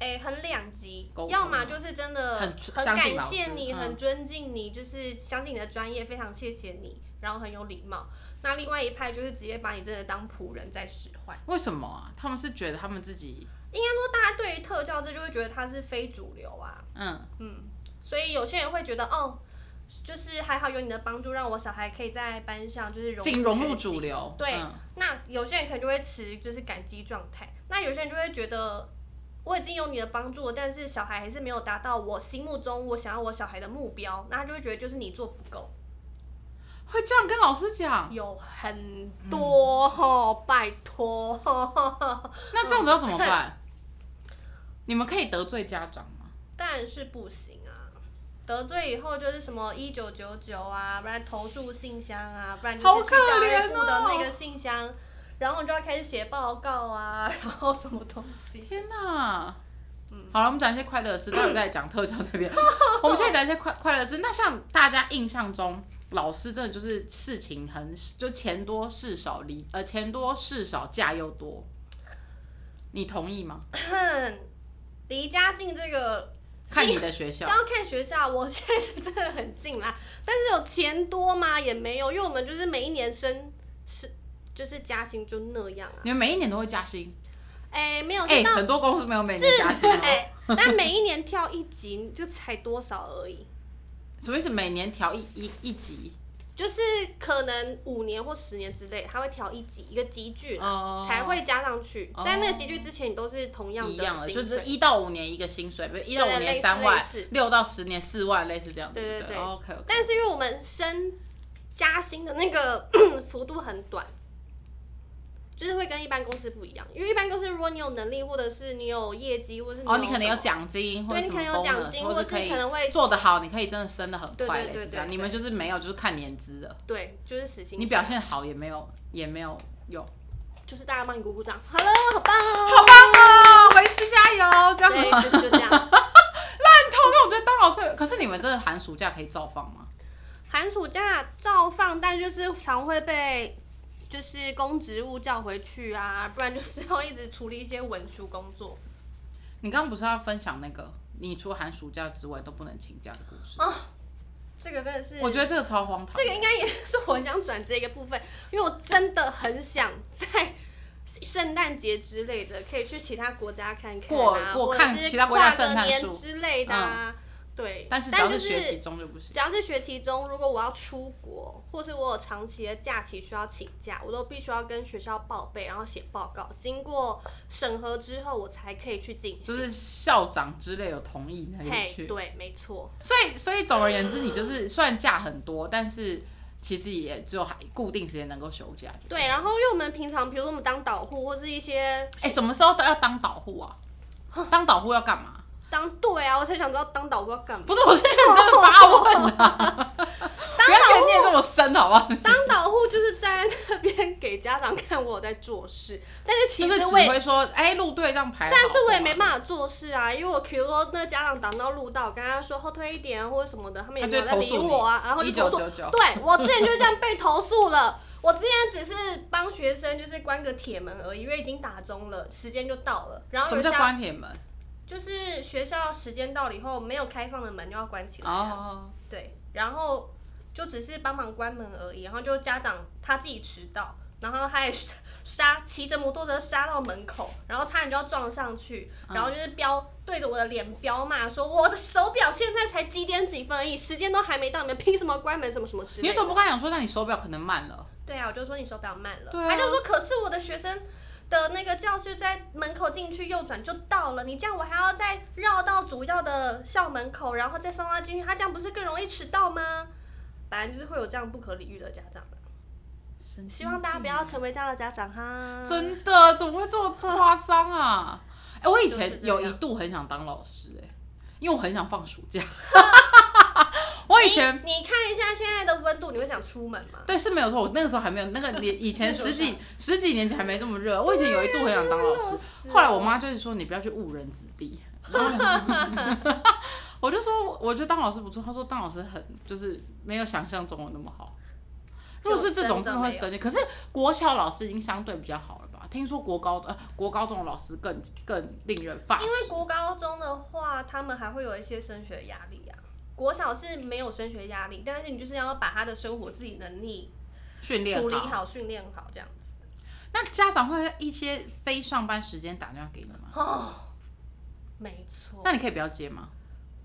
Speaker 2: 哎、很两极
Speaker 1: 沟，通啊
Speaker 2: 要么就是真的
Speaker 1: 很
Speaker 2: 很
Speaker 1: 相信
Speaker 2: 感
Speaker 1: 老师
Speaker 2: 谢你，
Speaker 1: 嗯
Speaker 2: 很尊敬你，就是相信你的专业，非常谢谢你，然后很有礼貌。那另外一派就是直接把你真的当仆人在使唤。
Speaker 1: 为什么啊？他们是觉得他们自己，
Speaker 2: 应该说，大家对于特教这就会觉得它是非主流啊，
Speaker 1: 嗯，
Speaker 2: 嗯，所以有些人会觉得，哦，就是还好有你的帮助，让我小孩可以在班上就是融
Speaker 1: 仅融入
Speaker 2: 学习
Speaker 1: 主流。
Speaker 2: 对，
Speaker 1: 嗯
Speaker 2: 那有些人可能就会持就是感激状态，那有些人就会觉得我已经有你的帮助了，但是小孩还是没有达到我心目中我想要我小孩的目标，那他就会觉得就是你做不够，
Speaker 1: 会这样跟老师讲。
Speaker 2: 有很多吼、拜托 吼，
Speaker 1: 那这样子要怎么 办？你们可以得罪家长吗？
Speaker 2: 但是不行啊。得罪以后就是什么一九九九啊，不然投诉信箱啊，不然就
Speaker 1: 好
Speaker 2: 是去
Speaker 1: 可
Speaker 2: 教育
Speaker 1: 怜
Speaker 2: 部的那
Speaker 1: 哦
Speaker 2: 个信箱，然后你就要开始写报告啊，然后什么东西。
Speaker 1: 天哪！
Speaker 2: 嗯
Speaker 1: 好了，我们讲一些快乐的事，待会再讲特教这 边。我们现在讲一些快快乐的事。那像大家印象中，老师真的就是事情很就钱多事少离，呃，钱多事少假又多，你同意吗？
Speaker 2: 离家近这个
Speaker 1: 看你的学校
Speaker 2: 是。要啊看学校，我现在是真的很近啦，但是有钱多吗？也没有，因为我们就是每一年升是就是加薪就那样啊，
Speaker 1: 你们每一年都会加薪，
Speaker 2: 哎、没有，
Speaker 1: 哎、
Speaker 2: 到
Speaker 1: 很多公司没有每年加薪、哦，
Speaker 2: 哎、但每一年跳一级就才多少而已，
Speaker 1: 什么意思？每年调一一一级？
Speaker 2: 就是可能五年或十年之内，他会调一级一个集聚啦、
Speaker 1: 哦
Speaker 2: 才会加上去
Speaker 1: 哦，
Speaker 2: 在那个集聚之前，你都是同样的
Speaker 1: 一样的，
Speaker 2: 薪
Speaker 1: 就
Speaker 2: 水
Speaker 1: 是一到五年一个薪水，不是一到五
Speaker 2: 对类
Speaker 1: 年
Speaker 2: 似
Speaker 1: 三万
Speaker 2: 类似，
Speaker 1: 六到十年四万，类似这样，
Speaker 2: 对
Speaker 1: 对哦
Speaker 2: 对对
Speaker 1: OK OK。
Speaker 2: 但是因为我们升加薪的那个 幅度很短，就是会跟一般公司不一样。因为一般公司，如果你有能力，或者是你有业绩，或者是
Speaker 1: 哦，
Speaker 2: 你
Speaker 1: 你可能
Speaker 2: 什
Speaker 1: 有
Speaker 2: 么，
Speaker 1: 奖金，或者什
Speaker 2: 对你
Speaker 1: 么
Speaker 2: 可能有奖
Speaker 1: bonus，
Speaker 2: 金
Speaker 1: 或
Speaker 2: 或
Speaker 1: 者
Speaker 2: 者
Speaker 1: 可以
Speaker 2: 可能会
Speaker 1: 做得好，你可以真的升得很快，
Speaker 2: 对对
Speaker 1: 类
Speaker 2: 对
Speaker 1: 似这样。
Speaker 2: 对对
Speaker 1: 你们就是没有，就是看年资的，
Speaker 2: 对，就是死薪。
Speaker 1: 你表现好也没有，也没有有，
Speaker 2: 哦就是大家帮你鼓鼓掌，好了，好棒哦，
Speaker 1: 好棒哦，维师加油，这样
Speaker 2: 对，
Speaker 1: 吗？
Speaker 2: 就就这样。
Speaker 1: 头那我觉得当老师，可是你们这个寒暑假可以照放吗？
Speaker 2: 寒暑假照放，但就是常会被就是公职务叫回去啊，不然就是要一直处理一些文书工作。
Speaker 1: 你刚刚不是要分享那个你除了寒暑假之外都不能请假的故事？
Speaker 2: 哦，这个真的是，
Speaker 1: 我觉得这个超荒唐。
Speaker 2: 这个应该也 是我想转职的一个部分，因为我真的很想在圣诞节之类的，可以去其他国家看看、
Speaker 1: 过
Speaker 2: 啊，
Speaker 1: 过
Speaker 2: 或者
Speaker 1: 看
Speaker 2: 是
Speaker 1: 其他国家
Speaker 2: 跨
Speaker 1: 圣
Speaker 2: 个
Speaker 1: 诞
Speaker 2: 年
Speaker 1: 树嗯
Speaker 2: 之类的、啊对。
Speaker 1: 但是只要
Speaker 2: 就是
Speaker 1: 学期中就不行。
Speaker 2: 只要是学期中，如果我要出国，或是我有长期的假期需要请假，我都必须要跟学校报备，然后写报告，经过审核之后，我才可以去进行。
Speaker 1: 就是校长之类有同意才可以
Speaker 2: 嘿，
Speaker 1: 去，
Speaker 2: 对，没错，
Speaker 1: 所以所以总而言之，你就是虽然假很多，但是其实也只有还固定时间能够休假。就
Speaker 2: 对。然后因为我们平常，比如说我们当导护，或是一些
Speaker 1: 哎、什么时候都要当导护啊？当导护要干嘛？
Speaker 2: 当对啊，我才想知道当导护要干嘛。
Speaker 1: 不是，我是认真的发问啊！ 不要给我念这么深，好不好？
Speaker 2: 当导护就是站在那边给家长看我有在做事，但是其
Speaker 1: 就
Speaker 2: 实
Speaker 1: 是指
Speaker 2: 我也，
Speaker 1: 挥说，哎、路队这样排好不好，
Speaker 2: 但是我也没办法做事啊，因为我比如说那家长挡到路道，我跟他说后退一点或者什么的，他们也
Speaker 1: 他
Speaker 2: 没
Speaker 1: 就
Speaker 2: 有
Speaker 1: 会
Speaker 2: 在
Speaker 1: 投
Speaker 2: 理
Speaker 1: 诉
Speaker 2: 我啊，然后
Speaker 1: 一
Speaker 2: 就
Speaker 1: 九
Speaker 2: 投诉。
Speaker 1: 九九，
Speaker 2: 对我之前就这样被投诉了。我之前只是帮学生就是关个铁门而已，因为已经打钟了，时间就到了。然后
Speaker 1: 什
Speaker 2: 有
Speaker 1: 么叫
Speaker 2: 一下
Speaker 1: 关铁门？
Speaker 2: 就是学校时间到了以后，没有开放的门就要关起来。
Speaker 1: 哦，
Speaker 2: 对，然后就只是帮忙关门而已，然后就家长他自己迟到，然后他也 是刹骑着摩托车刹到门口，然后差点就要撞上去，然后就是飙、对着我的脸飙骂说我的手表现在才几点几分而已，时间都还没到，你们凭什么关门什么什么之
Speaker 1: 你为
Speaker 2: 类的
Speaker 1: 什。么不跟他讲说，那你手表可能慢了？
Speaker 2: 对啊，我就说你手表慢了，
Speaker 1: 对啊
Speaker 2: 他就说可是我的学生。的那个教室在门口进去右转就到了，你这样我还要再绕到主要的校门口，然后再分花进去，他这样不是更容易迟到
Speaker 1: 嗯
Speaker 2: 吗？反正就是会有这样不可理喻的家长，啊
Speaker 1: 神
Speaker 2: 希望大家不要成为这样的家长哈。
Speaker 1: 真的，怎么会这么夸张啊？ 哎、我以前
Speaker 2: 就是这样
Speaker 1: 有一度很想当老师、哎，因为我很想放暑 假。我以前
Speaker 2: 你你看一下现在的温度，你会想出门吗？
Speaker 1: 对是没有错，我那个时候还没有那个年，以前 十几十几年前还没这么热。我以前有一度很想当老
Speaker 2: 热死
Speaker 1: 师
Speaker 2: 了，
Speaker 1: 后来我妈就是说你不要去误人子弟。 我就说，我觉得当老师不错。她说当老师很就是没有想象中的那么好。如果是这种，真
Speaker 2: 就真的
Speaker 1: 的会
Speaker 2: 没有
Speaker 1: 生气。可是国小老师已经相对比较好了吧？听说国高呃国高中的老师更更令人发指。
Speaker 2: 因为国高中的话，他们还会有一些升学压力啊。国小是没有升学压力，但是你就是要把他的生活自理能力
Speaker 1: 训练
Speaker 2: 处理
Speaker 1: 好，
Speaker 2: 好、训练好这样子。
Speaker 1: 那家长会在一些非上班时间打电话给你吗？
Speaker 2: 哦，没错，
Speaker 1: 那你可以不要接吗？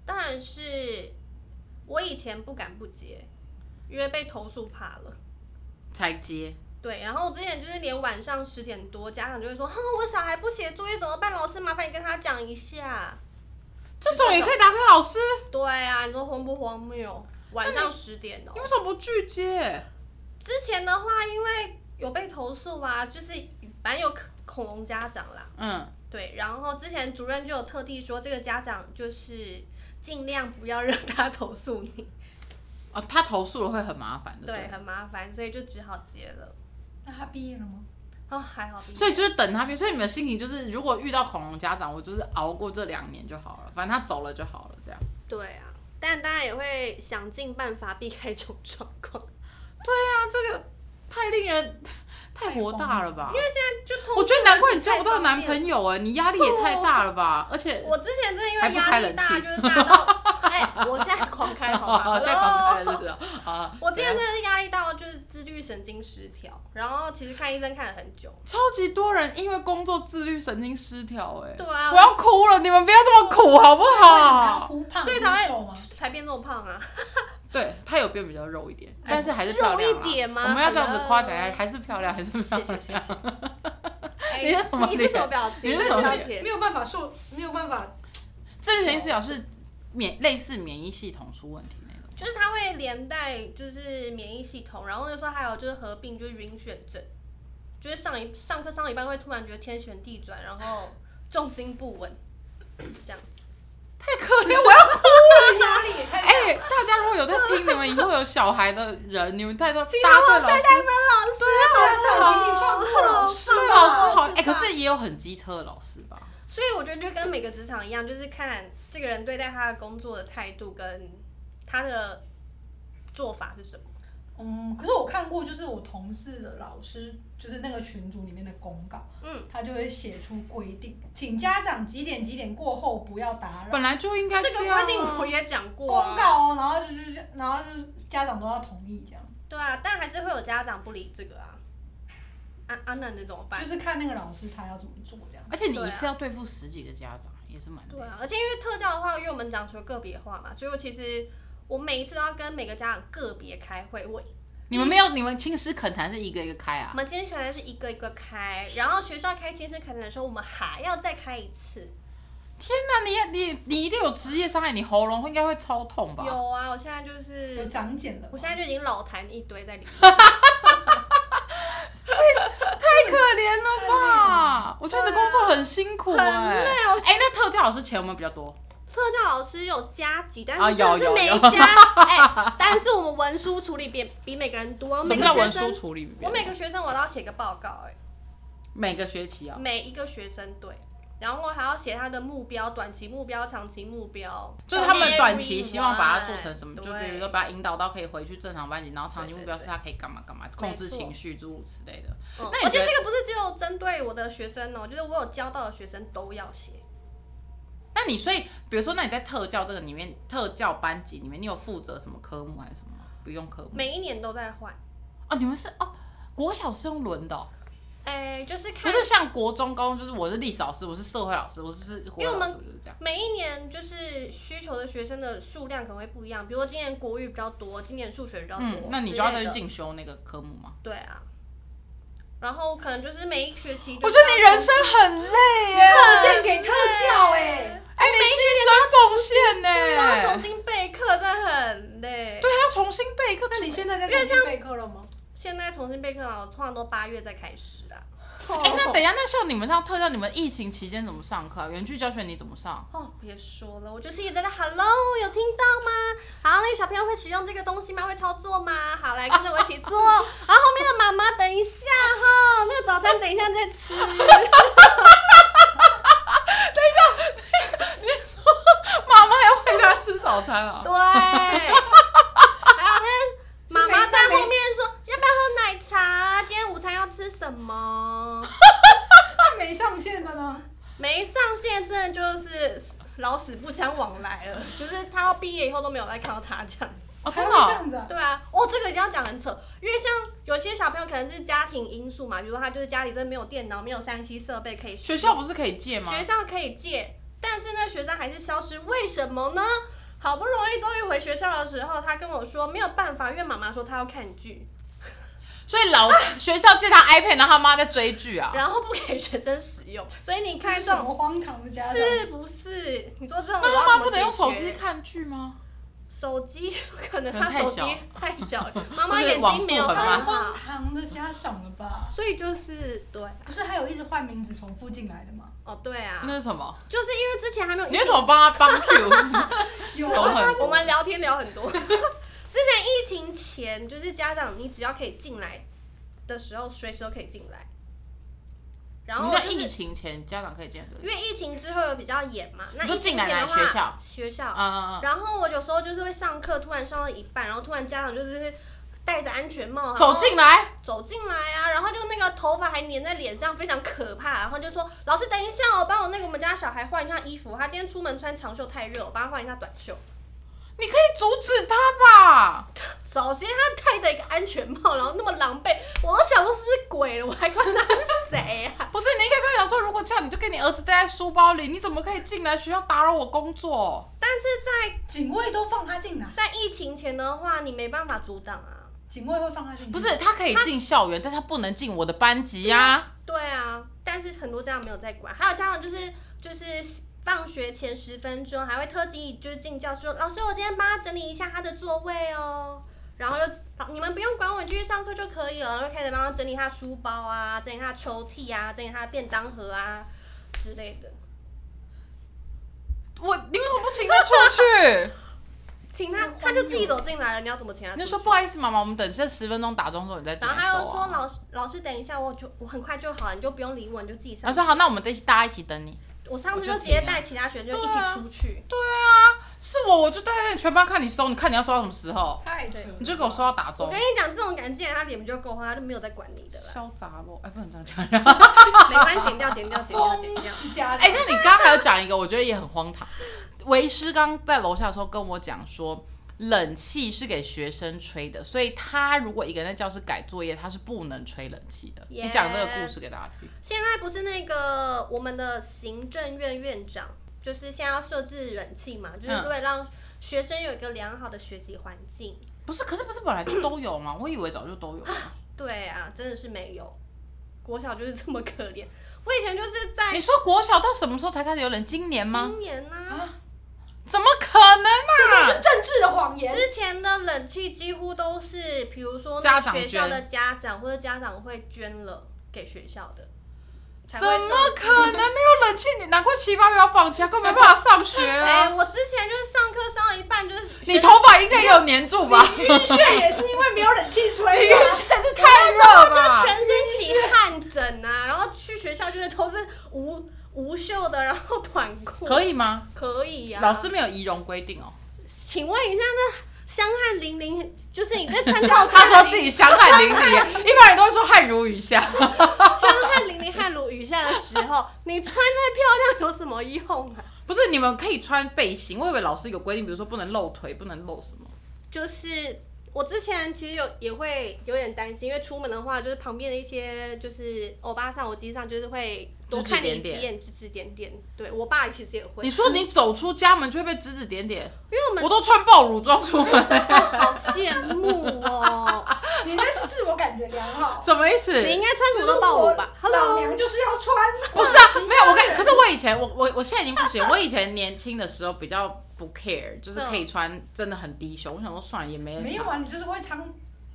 Speaker 2: 当然是我以前不敢不接，因为被投诉怕了。
Speaker 1: 才接，
Speaker 2: 对，然后我之前就是连晚上十点多，家长就会说：“哼，我小孩不写作业怎么办？老师麻烦你跟他讲一下。
Speaker 1: 这种也可以打给老师，”
Speaker 2: 对啊，你说荒不荒谬？晚上十点哦、
Speaker 1: 你为什么不拒接？
Speaker 2: 之前的话，因为有被投诉啊，就是反正有恐恐龙家长啦，
Speaker 1: 嗯，
Speaker 2: 对，然后之前主任就有特地说，这个家长就是尽量不要让他投诉你，
Speaker 1: 哦，他投诉了会很麻烦的，
Speaker 2: 对，
Speaker 1: 对。
Speaker 2: 很麻烦，所以就只好接了。
Speaker 3: 那他毕业了吗？
Speaker 2: 哦，还好，
Speaker 1: 所以就是等他变，所以你们的心情就是，如果遇到恐龙家长，我就是熬过这两年就好了，反正他走了就好了，这样。
Speaker 2: 对啊，但当然也会 想尽办法避开这种状况。
Speaker 1: 对啊，这个太令人太博大了吧？
Speaker 2: 因为现在就通
Speaker 1: 我觉得难怪你交不
Speaker 2: 太
Speaker 1: 到
Speaker 2: 方
Speaker 1: 男
Speaker 2: 便
Speaker 1: 朋友哎、你压力也太大了吧？而且
Speaker 2: 我之前真的因
Speaker 1: 还
Speaker 2: 为
Speaker 1: 不
Speaker 2: 压
Speaker 1: 开
Speaker 2: 力
Speaker 1: 冷
Speaker 2: 大，
Speaker 1: 气？
Speaker 2: 就是大到，哎、我现在狂开好吗
Speaker 1: 在房间是不是啊？
Speaker 2: 我之前
Speaker 1: 对
Speaker 2: 真的是压力到就是自律神经失调，然后其实看医生看了很久。
Speaker 1: 超级多人因为工作自律神经失调哎、
Speaker 2: 对啊，
Speaker 1: 我要哭了，你们不要这么苦好不好？
Speaker 3: 忽胖
Speaker 2: 所以
Speaker 3: 忽
Speaker 2: 才
Speaker 3: 瘦吗
Speaker 2: 会？才变这么胖 啊，
Speaker 1: 对，她有变比较肉一点，
Speaker 2: 哎
Speaker 1: 但是还是漂
Speaker 2: 肉
Speaker 1: 亮、
Speaker 2: 一
Speaker 1: 啊。
Speaker 2: 点吗？
Speaker 1: 我们要这样子夸奖一下，
Speaker 2: 哎
Speaker 1: 还是漂亮，还是漂
Speaker 2: 谢
Speaker 1: 亮。
Speaker 2: 谢谢谢。哎
Speaker 1: 你是什么
Speaker 2: 你是什么
Speaker 1: 脸
Speaker 2: 表情？
Speaker 1: 你是
Speaker 3: 但是
Speaker 1: 什么
Speaker 2: 表
Speaker 1: 脸
Speaker 3: 没
Speaker 2: 情？
Speaker 3: 没有办法瘦，没有办法，
Speaker 1: 哦自律神经失调是免类似免疫系统出问题那种。
Speaker 2: 就是它会连带就是免疫系统，然后那时候还有就是合并就是晕眩症，就是上一上课上到一半会突然觉得天旋地转，然后重心不稳，这 样。
Speaker 1: 太可怜，我要哭了。
Speaker 3: 压力也太大。
Speaker 1: 哎、大家如果有在听，你们以后有小孩的人，你们带到搭对
Speaker 2: 好
Speaker 1: 老
Speaker 2: 带
Speaker 1: 师，
Speaker 2: 带班老师，啊
Speaker 3: 这种情形放过老师吧，
Speaker 1: 对老师好。
Speaker 3: 是
Speaker 1: 哎、可
Speaker 3: 吧
Speaker 1: 是也有很机车的老师吧？
Speaker 2: 所以我觉得就跟每个职场一样，就是看这个人对待他的工作的态度跟他的做法是什么。
Speaker 3: 嗯，可是我看过，就是我同事的老师，就是那个群组里面的公告，
Speaker 2: 嗯，
Speaker 3: 他就会写出规定，请家长几点几点过后不要打扰。
Speaker 1: 本来就应该
Speaker 2: 这个
Speaker 1: 样啊
Speaker 2: 规定我也讲过、啊。
Speaker 3: 公告哦，然后就是然后就是家长都要同意这样，
Speaker 2: 对啊，但还是会有家长不理这个啊。啊啊，那你怎么办
Speaker 3: 就？是看那个老师他要怎么做这样。
Speaker 1: 而且你一次要对付十几个家长，也是蛮累
Speaker 2: 对
Speaker 1: 的。
Speaker 2: 啊，而且因为特教的话，因为我们讲求个别化嘛，所以我其实我每一次都要跟每个家长个别开会。我
Speaker 1: 你们没有，你们亲师恳谈是一个一个开
Speaker 2: 我
Speaker 1: 啊？
Speaker 2: 们今天可能是一个一个 开，然后学校开亲子课程的时候，我们还要再开一次。
Speaker 1: 天哪，你也你你一定有职业伤害，你喉咙应该会超痛吧？
Speaker 2: 有啊，我现在就
Speaker 3: 有
Speaker 2: 是，
Speaker 3: 长茧了吗，
Speaker 2: 我现在就已经老痰一堆在里面。
Speaker 1: 太可怜了吧！我觉得你的工作很辛苦哎、
Speaker 2: 很累哦
Speaker 1: 哎、那特教老师钱有没有比较多？
Speaker 2: 特教老师有加级，但
Speaker 1: 啊
Speaker 2: 是
Speaker 1: 有
Speaker 2: 真的是
Speaker 1: 有
Speaker 2: 没
Speaker 1: 有
Speaker 2: 加。哎、但是我们文书处理比比每个人多，
Speaker 1: 什
Speaker 2: 每
Speaker 1: 么
Speaker 2: 个
Speaker 1: 叫
Speaker 2: 学
Speaker 1: 文书
Speaker 2: 生，
Speaker 1: 处理？
Speaker 2: 我每个学生我都要写个报告、哎。
Speaker 1: 每个学期啊、
Speaker 2: 每一个学生对，然后还要写他的目标、短期目标、长期目标，
Speaker 1: 就是他们短期希望把它做成什么，
Speaker 2: 啊对
Speaker 1: 就比如说把它引导到可以回去正常班级，然后长期目标是他可以干嘛干嘛，控制
Speaker 2: 没错
Speaker 1: 情绪诸如此类的。
Speaker 2: 嗯
Speaker 1: 那你
Speaker 2: 而
Speaker 1: 觉
Speaker 2: 且
Speaker 1: 得
Speaker 2: 这个不是只有针对我的学生哦，就是我有教到的学生都要写。
Speaker 1: 那你所以，比如说，那你在特教这个里面，特教班级里面，你有负责什么科目还是什么吗？不用科目
Speaker 2: 每一年都在换。
Speaker 1: 哦，你们是哦，国小是用轮的哦、
Speaker 2: 哎，就是
Speaker 1: 不
Speaker 2: 看
Speaker 1: 是像国中、高中，就是我是历史老师，我是社会老师，我是国
Speaker 2: 因为
Speaker 1: 文老
Speaker 2: 我们
Speaker 1: 师，就是这样。
Speaker 2: 每一年就是需求的学生的数量可能会不一样，比如说今年国语比较多，今年数学比较多之类的，
Speaker 1: 嗯，那你就要再去进修那个科目吗？
Speaker 2: 对啊。然后可能就是每一学期，
Speaker 1: 我觉得你人生很累耶，
Speaker 3: 贡献给特教哎，
Speaker 1: 啊哎，你啊牺牲奉献
Speaker 2: 然后
Speaker 1: 呢
Speaker 2: 重，新备课，真的很累。
Speaker 1: 对，要重新备课。
Speaker 3: 那你现在在重新备课了吗？
Speaker 2: 现在重新备课啊，我通常都八月再开始啊。
Speaker 3: 哦
Speaker 1: 哎、那等一下，那像你们上特教，你们疫情期间怎么上课、啊？远距教学你怎么上？
Speaker 2: 哦，别说了，我就是一直在 Hello，有听到吗？好，那个小朋友会使用这个东西吗？会操作吗？好，来跟着我一起做。 然后后面的妈妈等一下哈，那个早餐等一下再吃。
Speaker 1: 妈妈要陪他吃早餐啊
Speaker 2: 对，？ 还有那妈妈在后面说要不要喝奶茶？今天午餐要吃什么？
Speaker 3: 那没上线的呢？
Speaker 2: 没上线真的就是老死不相往来了，就是他到毕业以后都没有再看到他这样子。
Speaker 1: 哦，真的
Speaker 3: 还会这
Speaker 1: 哦、
Speaker 3: 样子啊？
Speaker 2: 对啊，哦，这个一定要讲很扯，因为像有些小朋友可能是家庭因素嘛，比如说他就是家里真的没有电脑、没有三 C 设备可以使
Speaker 1: 学
Speaker 2: 用，
Speaker 1: 校不是可以借吗？
Speaker 2: 学校可以借，但是呢，学生还是消失，为什么呢？好不容易终于回学校的时候，他跟我说没有办法，因为妈妈说她要看剧，
Speaker 1: 所以老 师、学校借他 iPad，然后他妈在追剧啊。
Speaker 2: 然后不给学生使 用，所以你
Speaker 3: 这
Speaker 2: 看
Speaker 3: 是
Speaker 2: 这
Speaker 3: 什
Speaker 2: 种
Speaker 3: 么荒唐的家长？
Speaker 2: 是不是？你说这种
Speaker 1: 那
Speaker 2: 我要
Speaker 1: 他妈
Speaker 2: 怎么
Speaker 1: 不能用
Speaker 2: 解
Speaker 1: 手
Speaker 2: 决
Speaker 1: 机，看剧吗？
Speaker 2: 手机可能
Speaker 1: 可能
Speaker 2: 他
Speaker 1: 太
Speaker 2: 手
Speaker 1: 小
Speaker 2: 机太小，妈
Speaker 1: 或
Speaker 2: 妈
Speaker 1: 者
Speaker 2: 眼
Speaker 1: 网
Speaker 2: 睛没
Speaker 1: 速
Speaker 2: 有
Speaker 1: 很
Speaker 3: 太
Speaker 2: 办
Speaker 1: 慢
Speaker 2: 法
Speaker 3: 荒，唐的家长了吧？
Speaker 2: 所以就是对，
Speaker 3: 不是还有一直换名字重复进来的吗？
Speaker 2: 哦对啊，
Speaker 1: 那是什么？
Speaker 2: 就是因为之前还没有疫
Speaker 1: 你
Speaker 2: 情，
Speaker 1: 为什么帮他帮 Q？
Speaker 3: 有
Speaker 1: 懂
Speaker 3: 啊，
Speaker 1: 很
Speaker 2: 我
Speaker 1: 多。
Speaker 2: 们聊天聊很多。 之前疫情前，就是家长你只要可以进来的时候，随时都可以进来。然
Speaker 1: 什么
Speaker 2: 后、
Speaker 1: 叫
Speaker 2: 就是、
Speaker 1: 疫情前家长可以见的？
Speaker 2: 因为疫情之后有比较严嘛，那
Speaker 1: 你说
Speaker 2: 疫情
Speaker 1: 进来
Speaker 2: 前的
Speaker 1: 哪
Speaker 2: 话，
Speaker 1: 里学校
Speaker 2: 学校
Speaker 1: 嗯嗯嗯。
Speaker 2: 然后我有时候就是会上课，突然上到一半，然后突然家长就是戴着安全帽，然后
Speaker 1: 走进来，
Speaker 2: 走进来啊，然后就那个头发还粘在脸上，非常可怕。然后就说：“老师，等一下哦，帮我那个我们家小孩换一下衣服，他今天出门穿长袖太热，我帮他换一下短袖。
Speaker 1: 你可以阻止他吧？”
Speaker 2: 首先他戴着一个安全帽，然后那么狼狈，我都想说是不是鬼了，我还管他是谁啊？
Speaker 1: 不是，你应该跟他讲说，如果这样，你就跟你儿子待在书包里，你怎么可以进来学校打扰我工作？
Speaker 2: 但是在
Speaker 3: 警卫都放他进来，
Speaker 2: 在疫情前的话，你没办法阻挡啊。
Speaker 3: 警卫会放他进来。
Speaker 1: 不是，他可以进校园，但他不能进我的班级呀、
Speaker 2: 对啊，但是很多家长没有在管，还有家长就是就是放学前十分钟还会特地就是进教室说，老师我今天帮他整理一下他的座位哦，然后就你们不用管我，你继续上课就可以了，然后就开始帮他整理他书包啊，整理他的抽屉啊，整理他的便当盒啊之类的，
Speaker 1: 我你为什么不请他出去？
Speaker 2: 请他他就自己走进来了，你要怎么请他？
Speaker 1: 你就说不。好意思，妈妈，我们等这十分钟打钟之后你再接
Speaker 2: 然
Speaker 1: 收、
Speaker 2: 后
Speaker 1: 啊。
Speaker 2: 他又说：“老师，老师，等一下，我就我很快就好了，你就不用理我，你就自己上
Speaker 1: 然后。说好，那我们一起大家一起等你。”
Speaker 2: 我上次
Speaker 1: 我
Speaker 2: 就
Speaker 1: 就
Speaker 2: 直接
Speaker 1: 这样
Speaker 2: 带其他学生一
Speaker 1: 对啊
Speaker 2: 起出去，
Speaker 1: 对啊，是我，我就待在全班看你收，你看你要收到什么时候，
Speaker 3: 太扯了，
Speaker 1: 你就给我收到打
Speaker 2: 我
Speaker 1: 钟
Speaker 2: 跟，你讲，这种感觉，他脸皮就够厚，他就没有在管你 的了。
Speaker 1: 潇洒不？哎，不能这样讲。
Speaker 2: 没关系，剪掉，剪掉，剪掉，剪掉。
Speaker 3: 自家
Speaker 1: 哎、那你刚刚还有讲一个，我觉得也很荒唐。为师刚在楼下的时候跟我讲说，冷气是给学生吹的，所以他如果一个人在教室改作业，他是不能吹冷气的。你讲这个故事给大家听。
Speaker 2: 现在不是那个我们的行政院院长，就是现在要设置冷气嘛，就是
Speaker 1: 嗯
Speaker 2: 为了让学生有一个良好的学习环境。
Speaker 1: 不是，可是不是本来就都有吗？我以为早就都有了。
Speaker 2: 对啊，真的是没有，国小就是这么可怜。我以前就是在
Speaker 1: 你说国小到什么时候才开始有人？今年吗？
Speaker 2: 今年啊，
Speaker 3: 啊，
Speaker 1: 怎么可能
Speaker 3: 这都
Speaker 1: 啊
Speaker 3: 是？政治的谎言。
Speaker 2: 之前的冷气几乎都是，比如说
Speaker 1: 家
Speaker 2: 那
Speaker 1: 长
Speaker 2: 学校
Speaker 1: 捐
Speaker 2: 的家长或者家长会捐了给学校的，才
Speaker 1: 怎
Speaker 2: 会
Speaker 1: 么
Speaker 2: 送
Speaker 1: 可能没有冷气？你难怪七八月要放假，根本没办法上学
Speaker 2: 哎、
Speaker 1: 啊！
Speaker 2: 我之前就是上课上到一半，就是
Speaker 1: 你头发应该也有粘住吧？
Speaker 3: 晕眩也是因为没有冷气吹啊，
Speaker 1: 真是太热了吧！
Speaker 2: 全身起汗疹啊，然后去学校就是都是无无袖的，然后 短裤。
Speaker 1: 可
Speaker 2: 以
Speaker 1: 以吗？
Speaker 2: 可以呀、
Speaker 1: 老师，没有仪容规定哦。
Speaker 2: 请问一下，那香汗淋漓，就是你在 参加
Speaker 1: 他说自己香汗淋漓， 一般人都会说汗如雨下。
Speaker 2: 香汗淋漓、汗如雨下的时候，你穿再漂亮有什么用啊？
Speaker 1: 不是，你们可以穿背心，我以为老师有规定，比如说不能露腿，不能露什么。
Speaker 2: 就是我之前其实有也会有点担心，因为出门的话，就是旁边的一些就是欧巴上、我机上，就是会多
Speaker 1: 指指
Speaker 2: 看你
Speaker 1: 点
Speaker 2: 几
Speaker 1: 点
Speaker 2: 眼，指指点点。对我爸其实也会，
Speaker 1: 你说你走出家门就会被指指点点，
Speaker 2: 因为我们
Speaker 1: 我都穿爆乳装出 门，
Speaker 2: 哦好羡慕 哦！
Speaker 3: 你那是自我感觉良好。
Speaker 1: 什么意思？
Speaker 2: 你应该穿什
Speaker 3: 就
Speaker 2: 么
Speaker 3: 是
Speaker 2: 都暴
Speaker 3: 我
Speaker 2: 露吧
Speaker 3: 老
Speaker 2: ？Hello，
Speaker 3: 娘就是要穿。
Speaker 1: 不是啊，没有我跟，可是我以前我我我现在已经不行，我以前年轻的时候比较不 care，就是可以穿真的很低胸，我想说算了也没人
Speaker 3: 没有
Speaker 1: 抢。
Speaker 3: 啊，你就是会长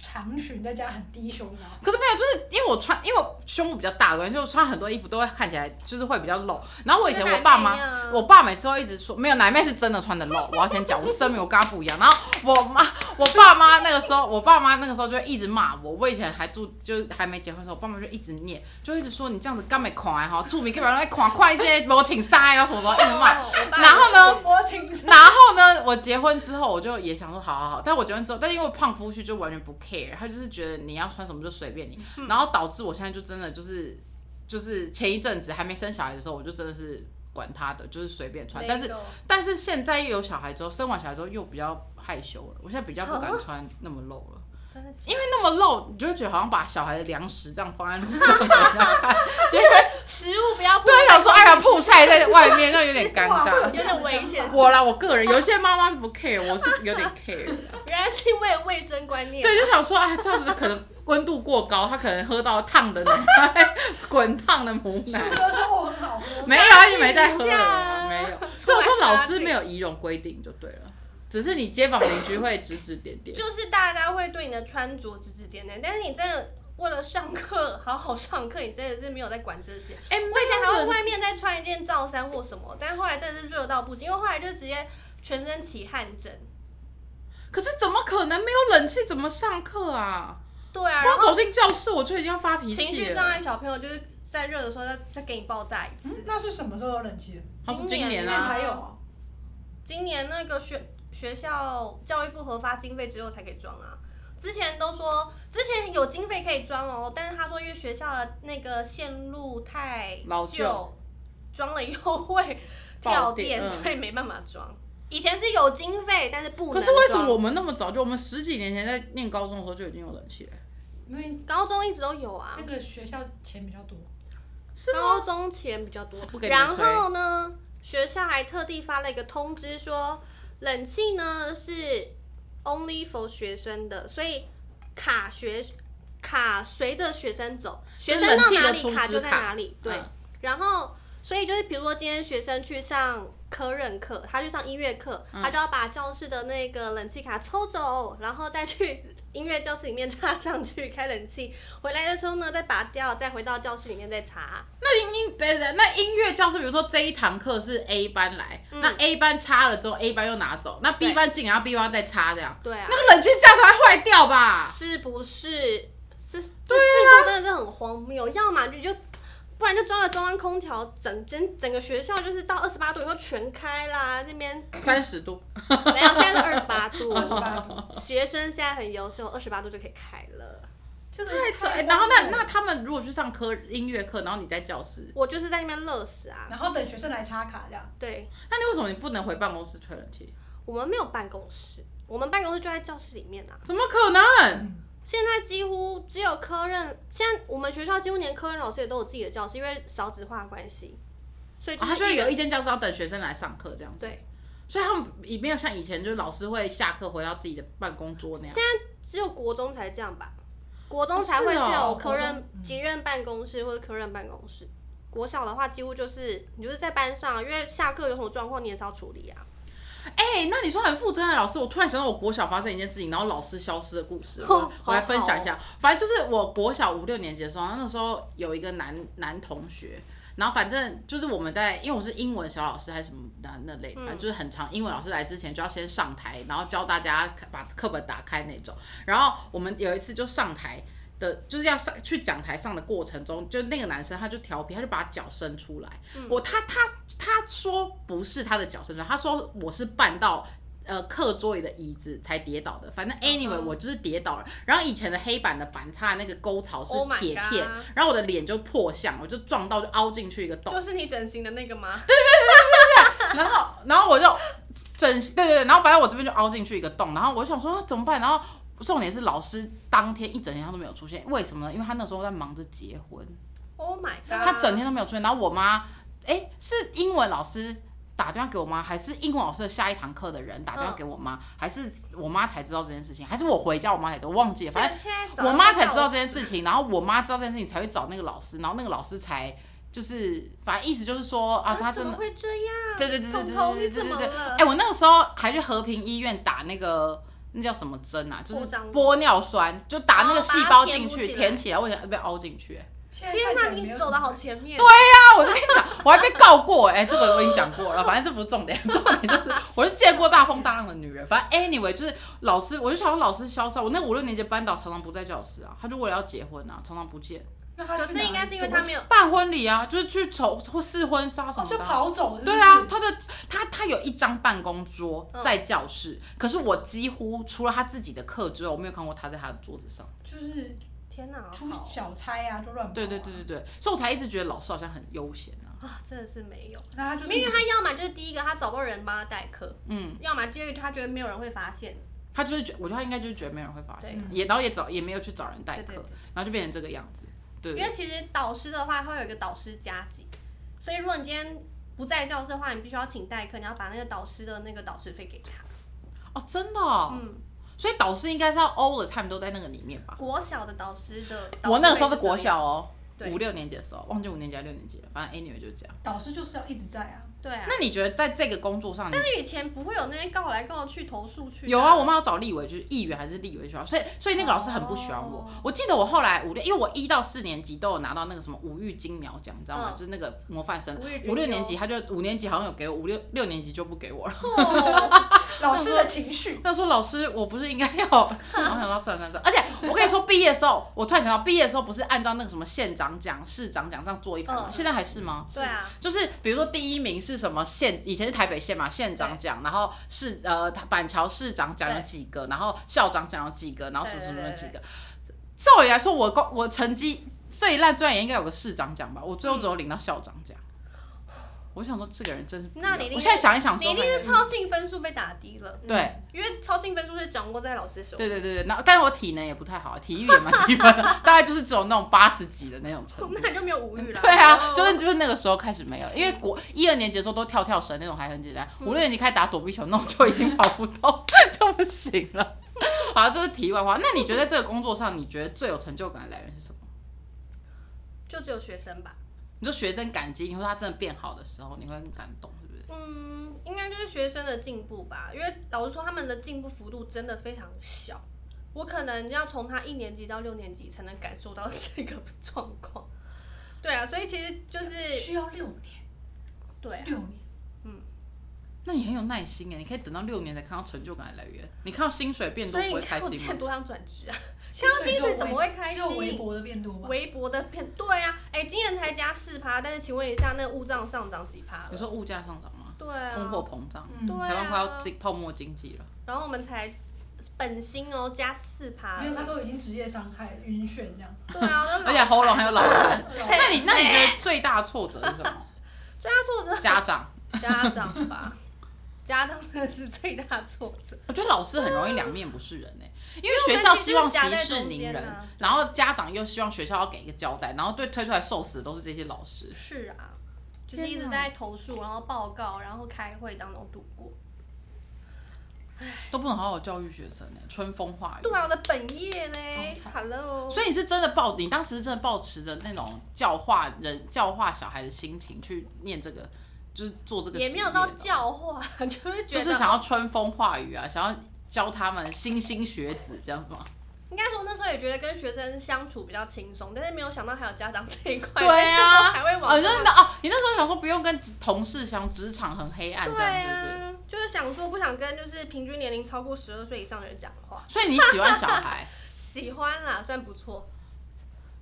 Speaker 3: 长裙，再加很低胸啊。
Speaker 1: 可是没有，就是因为我穿，因为我胸部比较大的关系，所以我穿很多衣服都会看起来就是会比较露。然后我以前
Speaker 2: 就奶
Speaker 1: 我爸妈
Speaker 2: 妹啊，
Speaker 1: 我爸每次都一直说没有奶妹是真的穿的露，我要先讲，我声明我跟他不一样。然后我妈，我爸妈那个时候，我爸妈那个时候就一直骂我。我以前还住，就是还没结婚的时候，我爸妈就一直念，就一直说你这样子干没狂哎哈，住民干嘛乱狂快这些无情杀然后什么什么一直骂。
Speaker 2: 哦我爸
Speaker 1: 然后呢，
Speaker 3: 我请上。
Speaker 1: 然后呢，我结婚之后，我就也想说，好好好。但我结婚之后，但因为我胖夫婿就完全不 care，他就是觉得你要穿什么就随便你，然后导致我现在就真的就是就是前一阵子还没生小孩的时候，我就真的是管他的，就是随便穿。但是但是现在又有小孩之后，生完小孩之后又比较害羞了，我现在比较不敢穿那么露了。
Speaker 2: 真的假的
Speaker 1: 因为那么露，你就会觉得好像把小孩的粮食这样放在路 上给人家看，就会
Speaker 2: 食物不要
Speaker 1: 就会想说，哎呀，曝晒在外面，那有点 尴
Speaker 3: 哇会
Speaker 1: 尬
Speaker 3: 有。
Speaker 2: 有点危险。
Speaker 1: 我啦，我个人有一些妈妈是不 care，我是有点 care 的。
Speaker 2: 原来是因为卫生观念。
Speaker 1: 对，就想说，哎，这样子可能温度过高，他可能喝到烫的奶， 滚烫的母
Speaker 3: 树
Speaker 1: 奶。
Speaker 3: 哥说我很好喝，
Speaker 1: 没有，他就没在喝了啦，
Speaker 2: 杀菌一下啊
Speaker 1: 没有。所以我说
Speaker 2: 杀
Speaker 1: 老师
Speaker 2: 菌
Speaker 1: 没有仪容规定就对了，只是你街坊邻居会指指点点。
Speaker 2: 就是大家会对你的穿着指指点点，但是你真的为了上课好好上课，你真的是没有在管这些。
Speaker 1: 哎，我
Speaker 2: 我以前还会外面再穿一件罩衫或什么，但后来真的是热到不行，因为后来就直接全身起汗疹。
Speaker 1: 可是怎么可能没有冷气怎么上课啊？
Speaker 2: 对啊，然
Speaker 1: 光
Speaker 2: 后
Speaker 1: 走进教室我就已经要发脾
Speaker 2: 情
Speaker 1: 气
Speaker 2: 绪障
Speaker 1: 了。
Speaker 2: 碍小朋友就是在热的时候再再给你爆炸一次。
Speaker 3: 嗯那是什么时候有冷气？
Speaker 1: 他说
Speaker 2: 今
Speaker 1: 今
Speaker 2: 年
Speaker 1: 年
Speaker 3: 今年
Speaker 1: 啊，
Speaker 3: 才有啊。
Speaker 2: 今年那个学学校教育部核发经费之后才可以装啊，之前都说之前有经费可以装哦，但是他说因为学校的那个线路太
Speaker 1: 老旧
Speaker 2: 旧，装了以后会
Speaker 1: 爆
Speaker 2: 跳
Speaker 1: 电
Speaker 2: 电，
Speaker 1: 嗯
Speaker 2: 所以没办法装。以前是有经费，但是不能
Speaker 1: 可
Speaker 2: 装。
Speaker 1: 是为什么我们那么早就？我们十几年前在念高中的时候就已经有冷气了，
Speaker 3: 因为
Speaker 2: 高中一直都有啊
Speaker 3: 那？个学校钱比较多，
Speaker 1: 是
Speaker 2: 高
Speaker 1: 吗？
Speaker 2: 中前比较多
Speaker 1: 不。给你
Speaker 2: 然后呢，学校还特地发了一个通知说，冷气呢是 only for 学生的，所以卡学卡随着学生走，
Speaker 1: 就
Speaker 2: 学
Speaker 1: 是
Speaker 2: 生到哪
Speaker 1: 冷气的
Speaker 2: 里
Speaker 1: 储值
Speaker 2: 就在
Speaker 1: 卡
Speaker 2: 哪里。对，
Speaker 1: 嗯
Speaker 2: 然后所以就是比如说今天学生去上。科任课，他去上音乐课，
Speaker 1: 嗯
Speaker 2: 他就要把教室的那个冷气卡抽走，然后再去音乐教室里面插上去开冷气。回来的时候呢，再拔掉，再回到教室里面再插。
Speaker 1: 那音音对对，那音乐教室，比如说这一堂课是 A 班来，那 A 班插了之后，A 班又拿走，那 B
Speaker 2: 嗯对
Speaker 1: 班进来，然后 B 班再插这样，
Speaker 2: 对啊
Speaker 1: 那，个冷气架才会坏掉吧？
Speaker 2: 是不是？这这制度真的是很荒谬，要么你就。不然就装了中央空调，整整整个学校就是到二十八度以后全开啦。那边
Speaker 1: 三十度，
Speaker 2: 没有，现在是二十八度，
Speaker 3: 二十八 度，
Speaker 2: 学生现在很优秀，二十八度就可以开了。
Speaker 3: 这个
Speaker 1: 太扯。
Speaker 2: 啊
Speaker 3: 太
Speaker 1: 哎然后那
Speaker 3: 荒谬
Speaker 1: 那
Speaker 3: 了
Speaker 1: 他们如果去上科音乐课，然后你在教室，
Speaker 2: 我就是在那边乐死啊！
Speaker 3: 然后等学生来插卡这样，
Speaker 2: 对
Speaker 1: 那你为什么你不能回办公室吹冷气？
Speaker 2: 我们没有办公室，我们办公室就在教室里面啊。
Speaker 1: 怎么可能？
Speaker 2: 现在几乎只有科任，现在我们学校几乎连科任老师也都有自己的教室，因为少子化的关系，所以
Speaker 1: 啊
Speaker 2: 就
Speaker 1: 他
Speaker 2: 是
Speaker 1: 就会
Speaker 2: 一个、
Speaker 1: 有一间教室要等学生来上课这样子，
Speaker 2: 对，
Speaker 1: 所以他们也没有像以前就是老师会下课回到自己的办公桌那样。
Speaker 2: 只有国中才这样吧，国中
Speaker 1: 哦
Speaker 2: 才会
Speaker 1: 是哦
Speaker 2: 是有
Speaker 1: 国
Speaker 2: 科任、
Speaker 3: 中嗯
Speaker 2: 即任办公室或者科任办公室。国小的话，几乎就是你就是在班上，啊因为下课有什么状况你也是要处理啊。
Speaker 1: 哎、那你说很负责任的老师，我突然想到我国小发生一件事情，然后老师消失的故事，我
Speaker 2: 哦
Speaker 1: 我来
Speaker 2: 好
Speaker 1: 分享一
Speaker 2: 好
Speaker 1: 下。反正就是我国小五六年级的时候，那时候有一个男男同学，然后反正就是我们在，因为我是英文小老师还是什么那那类，反
Speaker 2: 嗯
Speaker 1: 正就是很长。英文老师来之前就要先上台，然后教大家把课本打开那种。然后我们有一次就上台。的就是要上去讲台上的过程中，就那个男生他就调皮，他就把脚伸出来。
Speaker 2: 嗯
Speaker 1: 我他他他说不是他的脚伸出来，他说我是绊到呃课桌椅的椅子才跌倒的。
Speaker 2: 嗯
Speaker 1: 反正 anyway 我就是跌倒了。然后以前的黑板的板擦那个沟槽是
Speaker 2: Oh my
Speaker 1: 铁片
Speaker 2: God
Speaker 1: 然后我的脸就破相，我就撞到就凹进去一个 洞。
Speaker 2: 是你整形的那个吗？
Speaker 1: 然后然后我就整对对对，然后反正我这边就凹进去一个洞，然后我就想说、啊怎么办，然后。重点是老师当天一整天他都没有出现，为什么呢？因为他那时候在忙着结婚，
Speaker 2: ，Oh my god！
Speaker 1: 他整天都没有出现。然后我妈，哎、是英文老师打电话给我妈，还是英文老师的下一堂课的人打
Speaker 2: 嗯
Speaker 1: 电话给我妈，还是我妈才知道这件事情，还是我回家我妈才知道，我忘记了，反正
Speaker 2: 现在早上
Speaker 1: 我妈才
Speaker 2: 到
Speaker 1: 知道这件事情，然后我妈知道这件事情才会找那个老师，然后那个老师才就是，反正意思就是说啊，她
Speaker 2: 怎
Speaker 1: 真
Speaker 2: 么
Speaker 1: 的，
Speaker 2: 会这样？
Speaker 1: 对对对对对
Speaker 2: 彤彤
Speaker 1: 对
Speaker 2: 你
Speaker 1: 对
Speaker 2: 怎
Speaker 1: 对
Speaker 2: 么
Speaker 1: 对，
Speaker 2: 了
Speaker 1: 哎、我那个时候还去和平医院打那个。那叫什么针啊？就是
Speaker 2: 破伤
Speaker 1: 玻尿酸，就打那个
Speaker 2: 哦
Speaker 1: 细
Speaker 2: 把它
Speaker 1: 胞
Speaker 2: 填
Speaker 1: 进
Speaker 2: 补
Speaker 1: 去，
Speaker 2: 起来
Speaker 1: 填起来，为什么被凹进去、哎
Speaker 3: 现在
Speaker 2: 天
Speaker 3: 哪，
Speaker 2: 哪，你走的好前面。
Speaker 1: 对呀、我就跟你讲， 我还被告过哎、这个我跟你讲过了，反正这不是重点， 重点就是我是见过大风大浪的女人。反正 anyway 就是老师，我就想说老师消失，我那五六年级班导常常不在教室啊，他就为了要结婚啊，常常不见，
Speaker 3: 那他去
Speaker 2: 可
Speaker 3: 哪
Speaker 2: 是
Speaker 3: 里
Speaker 2: 应该是因为他没有，
Speaker 1: 办婚礼啊，就是去筹或试婚纱什
Speaker 3: 哦
Speaker 1: 么的
Speaker 3: 就
Speaker 1: 啊、
Speaker 3: 跑走是不是，
Speaker 1: 对啊，他的他他有一张办公桌在教室，可是我几乎除了他自己的课之外，我没有看过他在他的桌子上。
Speaker 3: 就是
Speaker 2: 天哪，
Speaker 3: 出
Speaker 2: 好
Speaker 3: 小差啊，就乱跑啊
Speaker 1: 对对对，对对，所以我才一直觉得老师好像很悠闲啊。
Speaker 2: 啊，真的是没有。
Speaker 3: 那他就是
Speaker 2: 因为他要么就是第一个他找不到人帮他代课，
Speaker 1: 嗯，
Speaker 2: 要么第二个他觉得没有人会发现，
Speaker 1: 他就是觉，我觉得他应该就是觉得没有人会发现啊
Speaker 3: 对，
Speaker 1: 也然后也找也没有去找人代
Speaker 2: 对
Speaker 1: 课
Speaker 2: 对，
Speaker 1: 然后就变成这个样子。对，
Speaker 2: 因为其实导师的话会有一个导师加级，所以如果你今天不在教室的话，你必须要请代课，你要把那个导师的那个导师费给他。
Speaker 1: 哦，真的、哦，
Speaker 2: 嗯，
Speaker 1: 所以导师应该是要 all the time 都在那个里面吧？
Speaker 2: 国小的导师的，导
Speaker 1: 我那个
Speaker 2: 费
Speaker 1: 时候是
Speaker 2: 这
Speaker 1: 国
Speaker 2: 样，
Speaker 1: 小哦，
Speaker 2: 对
Speaker 1: 五六年级的时候，忘记五年级还是六年级了，反正 anyway 就是这样。
Speaker 3: 导师就是要一直在啊，
Speaker 2: 对啊。
Speaker 1: 那你觉得在这个工作上，你
Speaker 2: 但是以前不会有那些告来告去、投诉去的。
Speaker 1: 有啊，我妈要找立委，就是议员还是立委学校，所以所以那个老师很不喜欢我。
Speaker 3: 哦
Speaker 1: 我记得我后来五六，因为我一到四年级都有拿到那个什么五育金苗奖，你知道吗？
Speaker 2: 嗯
Speaker 1: 就是那个模范生
Speaker 2: 五育。金
Speaker 1: 五六
Speaker 2: 标
Speaker 1: 年级他就五年级好像有给我，五六六年级就不给我了。
Speaker 3: 老师的情绪，
Speaker 1: 他说：“老师，我不是应该要？”然后我想到算了算了算了，而且我跟你说，毕业的时候，我突然想到，毕业的时候不是按照那个什么县长奖、市长奖这样做一排吗？
Speaker 2: 嗯
Speaker 1: 现在还是吗？
Speaker 2: 对啊，
Speaker 1: 就是比如说第一名是什么县，以前是台北县嘛，县长奖，然后市呃板桥市长奖有
Speaker 3: 对
Speaker 1: 几个，然后校长奖有几个，然后什么什么有几
Speaker 3: 对
Speaker 1: 个。照理来说，我高我成绩最烂，最烂也应该有个市长奖吧，我最后只有
Speaker 2: 嗯
Speaker 1: 领到校长奖。我想说，这个人真是不一样，
Speaker 2: 那你一定
Speaker 1: 我现在想一想
Speaker 2: 你
Speaker 1: 说，哎
Speaker 2: 一定是超信分数被打低了，
Speaker 1: 对。
Speaker 2: 因为超信分数是掌握在老师手。
Speaker 1: 对对对对，那但是我体能也不太好，啊体育也蛮低 分的，大概就是只有那种八十几的那种程度。
Speaker 2: 那你就没有无语了。
Speaker 1: 对啊，
Speaker 2: 哦
Speaker 1: 就是就是那个时候开始没有，因为国一二年级的时候都跳跳绳那种还很简单，五六年级开始打躲避球那种就已经跑不动，就不行了。 好，这是题外话。那你觉得在这个工作上，你觉得最有成就感的来源是什么？
Speaker 2: 就只有学生吧。
Speaker 1: 你说学生感激，你说他真的变好的时候，你会很感动，是不是？
Speaker 2: 嗯，应该就是学生的进步吧，因为老实说，他们的进步幅度真的非常小。我可能要从他一年级到六年级才能感受到 这个状况。对啊，所以其实就是
Speaker 3: 需要六年，
Speaker 2: 对啊、
Speaker 3: 六年。
Speaker 1: 那你很有耐心哎，你可以等到六年才看到成就感的来源。你看到薪水变多
Speaker 2: 所以
Speaker 1: 不
Speaker 2: 你
Speaker 1: 会开
Speaker 2: 看我之
Speaker 1: 心吗欸
Speaker 2: 前？多想转职啊，
Speaker 3: 现
Speaker 2: 看到薪水怎么会开心
Speaker 3: 只有微薄的变多吧？
Speaker 2: 微薄的变对啊，哎、今年才加四趴，但是请问一下，那物账上涨几趴
Speaker 1: 你
Speaker 2: 了？
Speaker 1: 说物价上涨吗？
Speaker 2: 对啊，
Speaker 1: 通货膨胀，
Speaker 3: 嗯
Speaker 2: 对啊
Speaker 1: 台湾快要进泡沫经济了。
Speaker 2: 然后我们才本薪哦加四趴，
Speaker 3: 没有，他都已经职业伤害晕眩这样。
Speaker 2: 对啊，那
Speaker 1: 而且喉咙还有老 痰。
Speaker 2: 对
Speaker 1: 那你那你
Speaker 2: 欸
Speaker 1: 觉得最大挫折是什么？
Speaker 2: 最大挫折
Speaker 1: 家长，
Speaker 2: 家长吧，家长真的是最大挫折。
Speaker 1: 我觉得老师很容易两面不是人哎、因为
Speaker 2: 因为
Speaker 1: 学校希望息事
Speaker 2: 我们其实
Speaker 1: 宁
Speaker 2: 夹在中间
Speaker 1: 人
Speaker 2: 啊，
Speaker 1: 然后家长又希望学校要给一个交代，然后对推出来受死的都是这些老师。
Speaker 2: 是啊，就是一
Speaker 3: 天
Speaker 2: 直
Speaker 3: 哪
Speaker 2: 在投诉，然后报告，然后开会当中度过。
Speaker 1: 都不能好好教育学生哎、春风化雨。
Speaker 2: 对啊，我的本业呢、
Speaker 3: 惨
Speaker 2: h e l l o
Speaker 1: 所以你是真的抱，你当时是真的抱持着那种教化人、教化小孩的心情去念这个，就是做这个职业
Speaker 2: 也
Speaker 1: 的，
Speaker 2: 没有到教化， 就是觉
Speaker 1: 就
Speaker 2: 得
Speaker 1: 是想要春风化雨啊，想要教他们莘莘学子这样吗？
Speaker 2: 应该说那时候也觉得跟学生相处比较轻松，但是没有想到还有家长这一块，
Speaker 1: 对啊，
Speaker 2: 还会
Speaker 1: 哦，
Speaker 2: 往
Speaker 1: 你说那哦，你那时候想说不用跟同事相，职场很黑暗这
Speaker 2: 对
Speaker 1: 样，是不是？
Speaker 2: 啊，就是想说不想跟就是平均年龄超过十二岁以上的人讲话，
Speaker 1: 所以你喜欢小孩，
Speaker 2: 喜欢啦，算不错。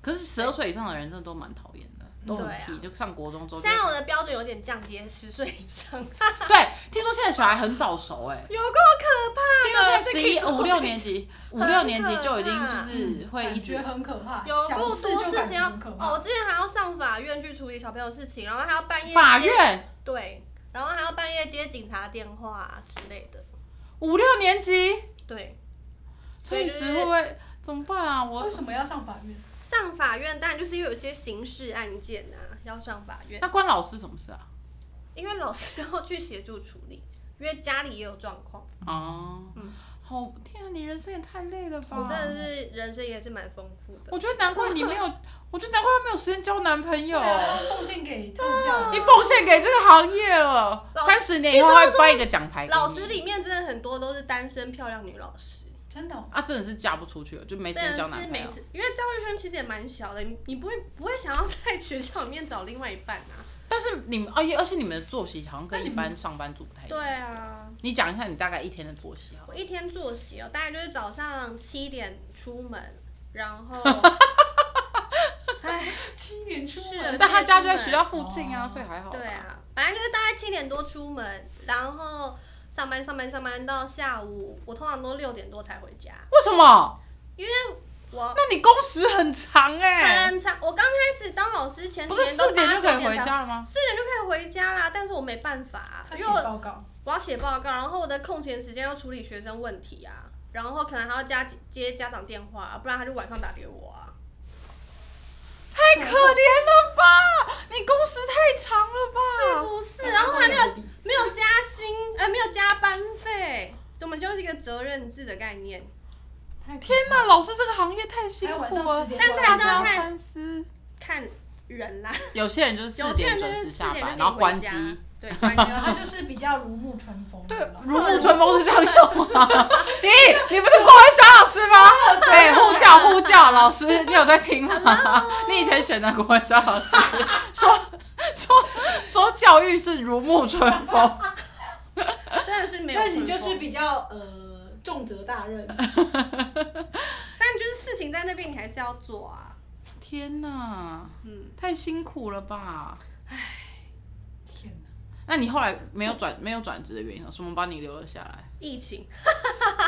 Speaker 1: 可是十二岁以上的人真的都蛮讨厌的，都很
Speaker 2: 对啊
Speaker 1: 皮，就上国中之后就
Speaker 2: 现在我的标准有点降低，十岁以上，
Speaker 1: 对，听说现在小孩很早熟哎、
Speaker 2: 有够可怕
Speaker 1: 听说现在
Speaker 2: 啊这
Speaker 1: 十
Speaker 2: 可以
Speaker 1: 一
Speaker 2: 做
Speaker 1: 五六年级，五六年级就已经就
Speaker 3: 嗯
Speaker 1: 是会一
Speaker 3: 感
Speaker 1: 直
Speaker 3: 觉。很可怕，
Speaker 2: 有
Speaker 3: 啊小
Speaker 2: 够
Speaker 3: 事
Speaker 2: 多
Speaker 3: 就
Speaker 2: 事
Speaker 3: 感
Speaker 2: 情
Speaker 3: 觉
Speaker 2: 要
Speaker 3: 很可
Speaker 2: 哦，我
Speaker 3: 怕。
Speaker 2: 之前还要上法院去处理小朋友事情，然后还要半夜
Speaker 1: 法
Speaker 2: 接
Speaker 1: 院
Speaker 2: 对，然后还要半夜接警察电话、啊之类的，
Speaker 1: 五六年级，
Speaker 2: 对，
Speaker 1: 所以
Speaker 2: 对对
Speaker 1: 时会不会怎么办啊？我
Speaker 3: 为什么要上法院？
Speaker 2: 上法院当然就是因为有些刑事案件啊要上法院，
Speaker 1: 那关老师什么事啊？
Speaker 2: 因为老师要去协助处理，因为家里也有状况，
Speaker 1: 哦、好天啊，你人生也太累了吧！
Speaker 2: 嗯我真的是人生也是蛮丰富的。
Speaker 1: 我觉得难怪你 没有，我觉得难怪他没有时间交男朋友
Speaker 3: 对。啊，都奉献给道教。
Speaker 1: 你奉献给这个行业了，
Speaker 2: 老
Speaker 1: 三十年以后会颁一个奖牌给你。
Speaker 2: 老师里面真的很多都是单身漂亮女老师，
Speaker 3: 真的哦，
Speaker 1: 啊，真的是嫁不出去了，就没时间
Speaker 2: 真
Speaker 1: 交
Speaker 2: 的
Speaker 1: 男
Speaker 2: 是
Speaker 1: 朋
Speaker 2: 没
Speaker 1: 友。
Speaker 2: 事，因为教育圈其实也蛮小的，你你不会不会想要在学校里面找另外一半啊？
Speaker 1: 但是你们，而哎且而且你们的作息好像跟一
Speaker 3: 那你
Speaker 1: 般上班族不太一
Speaker 2: 对
Speaker 1: 样。
Speaker 2: 啊，
Speaker 1: 你讲一下你大概一天的作息好了。
Speaker 2: 我一天作息哦，大概就是早上七点出门，然 后
Speaker 3: 七年出
Speaker 2: 是啊
Speaker 1: 但他家就在学校附近啊，
Speaker 3: 哦
Speaker 1: 所以还好。
Speaker 2: 对，啊，反正就是大概七点多出门，然后上班上班上班到下午，我通常都六点多才回家，
Speaker 1: 为什么？
Speaker 2: 因为我
Speaker 1: 那你工时很长哎，
Speaker 2: 很长，我刚开始当老师前
Speaker 1: 不
Speaker 2: 几
Speaker 1: 是
Speaker 2: 年都
Speaker 1: 四点
Speaker 2: 八
Speaker 1: 就
Speaker 2: 九
Speaker 1: 可以
Speaker 2: 点
Speaker 1: 回
Speaker 2: 才
Speaker 1: 家了吗？
Speaker 2: 四点就可以回家啦，但是我没办法啊、
Speaker 3: 他
Speaker 2: 因
Speaker 3: 写
Speaker 2: 为我
Speaker 3: 报告，
Speaker 2: 我要写报告，然后我的空闲时间要处理学生问题啊，然后可能还要加接家长电话、啊，不然他就晚上打给我啊。
Speaker 1: 太可怜了吧！你工时太长了
Speaker 2: 是
Speaker 1: 吧？
Speaker 2: 不是？然后还没有
Speaker 3: 他有
Speaker 2: 没有加薪，呃，没有加班费，我们就是一个责任制的概念。
Speaker 3: 太可
Speaker 1: 天
Speaker 3: 怕
Speaker 1: 哪，
Speaker 3: 了，
Speaker 1: 老师这个行业太辛
Speaker 3: 还有晚
Speaker 1: 苦
Speaker 3: 上
Speaker 1: 了
Speaker 3: 十，点
Speaker 2: 但是
Speaker 3: 多，
Speaker 2: 还是要
Speaker 1: 要
Speaker 2: 看
Speaker 1: 三思。
Speaker 2: 看人啦，
Speaker 1: 有些人就是四
Speaker 2: 有些
Speaker 1: 点
Speaker 2: 人就
Speaker 1: 准
Speaker 2: 是
Speaker 1: 时
Speaker 2: 四
Speaker 1: 下
Speaker 2: 点就
Speaker 1: 班，
Speaker 2: 可以
Speaker 1: 然后关
Speaker 2: 回
Speaker 1: 机
Speaker 2: 家。 对，关
Speaker 3: 然后他
Speaker 2: 机。
Speaker 3: 就是比较如沐春风。
Speaker 1: 对
Speaker 3: 你知道，吗
Speaker 1: 如沐春风是这样用 吗？咦，你不是郭文祥老师吗？哎，呼叫呼叫，老师，你有在听吗？你以前选的郭文祥老师 说说说教育是如沐春风，
Speaker 2: 真的是没有。
Speaker 3: 那你就是，比较呃重责大任，
Speaker 2: 但就是事要做啊。
Speaker 1: 天哪，
Speaker 2: 嗯，
Speaker 1: 太辛苦了吧？
Speaker 3: 天哪，
Speaker 1: 那你后来没有转没有转职的原因是什么？什么把你留了下来？
Speaker 2: 疫情。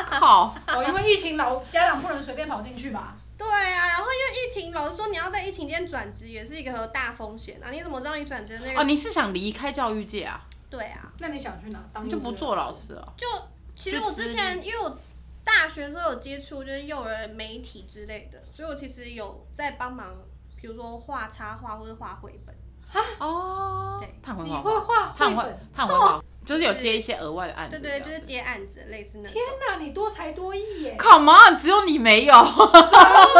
Speaker 1: 靠！
Speaker 3: 哦，因为疫情老家长不能随便跑进去吧？
Speaker 2: 对啊，然后因为疫情，老实说，你要在疫情间转职也是一个大风险啊！你怎么知道你转职的那个？
Speaker 1: 哦，你是想离开教育界啊？
Speaker 2: 对啊，
Speaker 3: 那你想去哪？当
Speaker 1: 就
Speaker 3: 幼稚
Speaker 1: 不
Speaker 3: 园
Speaker 1: 做老师哦了？
Speaker 2: 就其实我之前因为我大学的时候有接触就是幼儿媒体之类的，所以我其实有在帮忙，比如说画插画或者画绘本。
Speaker 1: 哦
Speaker 2: 对，
Speaker 1: 他很
Speaker 3: 你
Speaker 1: 会画
Speaker 3: 会
Speaker 1: 画，
Speaker 3: 画
Speaker 1: 他
Speaker 3: 绘
Speaker 1: 很会
Speaker 3: 本？，
Speaker 1: 他很会画，就是有接一些额外的案
Speaker 2: 对
Speaker 1: 子。
Speaker 2: 对，就是接案子类似那种
Speaker 3: 天。哪，你多才多艺耶！
Speaker 1: 靠嘛，只有你没有，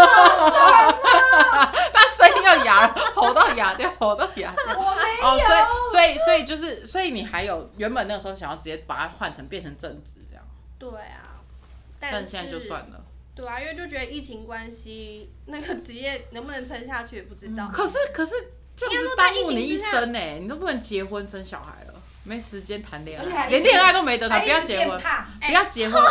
Speaker 1: 他声音要哑了，吼到哑掉，吼到哑掉。
Speaker 3: 我没有，
Speaker 1: 哦，所以所以所以就是，所以你还有原本那个时候想要直接把它换成变成正职这样，
Speaker 2: 对啊，
Speaker 1: 但
Speaker 2: 但
Speaker 1: 现在就是算了。
Speaker 2: 对啊，因为就觉得疫情关系，那个职业能不能撑下去也不知道。
Speaker 1: 可是可是这样
Speaker 2: 应该
Speaker 1: 子
Speaker 2: 说
Speaker 1: 耽
Speaker 2: 在
Speaker 1: 误你
Speaker 2: 疫情
Speaker 1: 一
Speaker 2: 之下
Speaker 1: 生呢、欸你都不能结婚生小孩了，没时间谈恋
Speaker 3: 而且
Speaker 1: 爱，
Speaker 3: 还
Speaker 1: 连
Speaker 3: 一直
Speaker 1: 恋爱都没得谈，
Speaker 3: 还
Speaker 1: 不
Speaker 3: 一
Speaker 1: 要
Speaker 3: 直
Speaker 1: 结
Speaker 3: 变
Speaker 1: 婚，
Speaker 3: 胖，哎
Speaker 1: 不要结婚。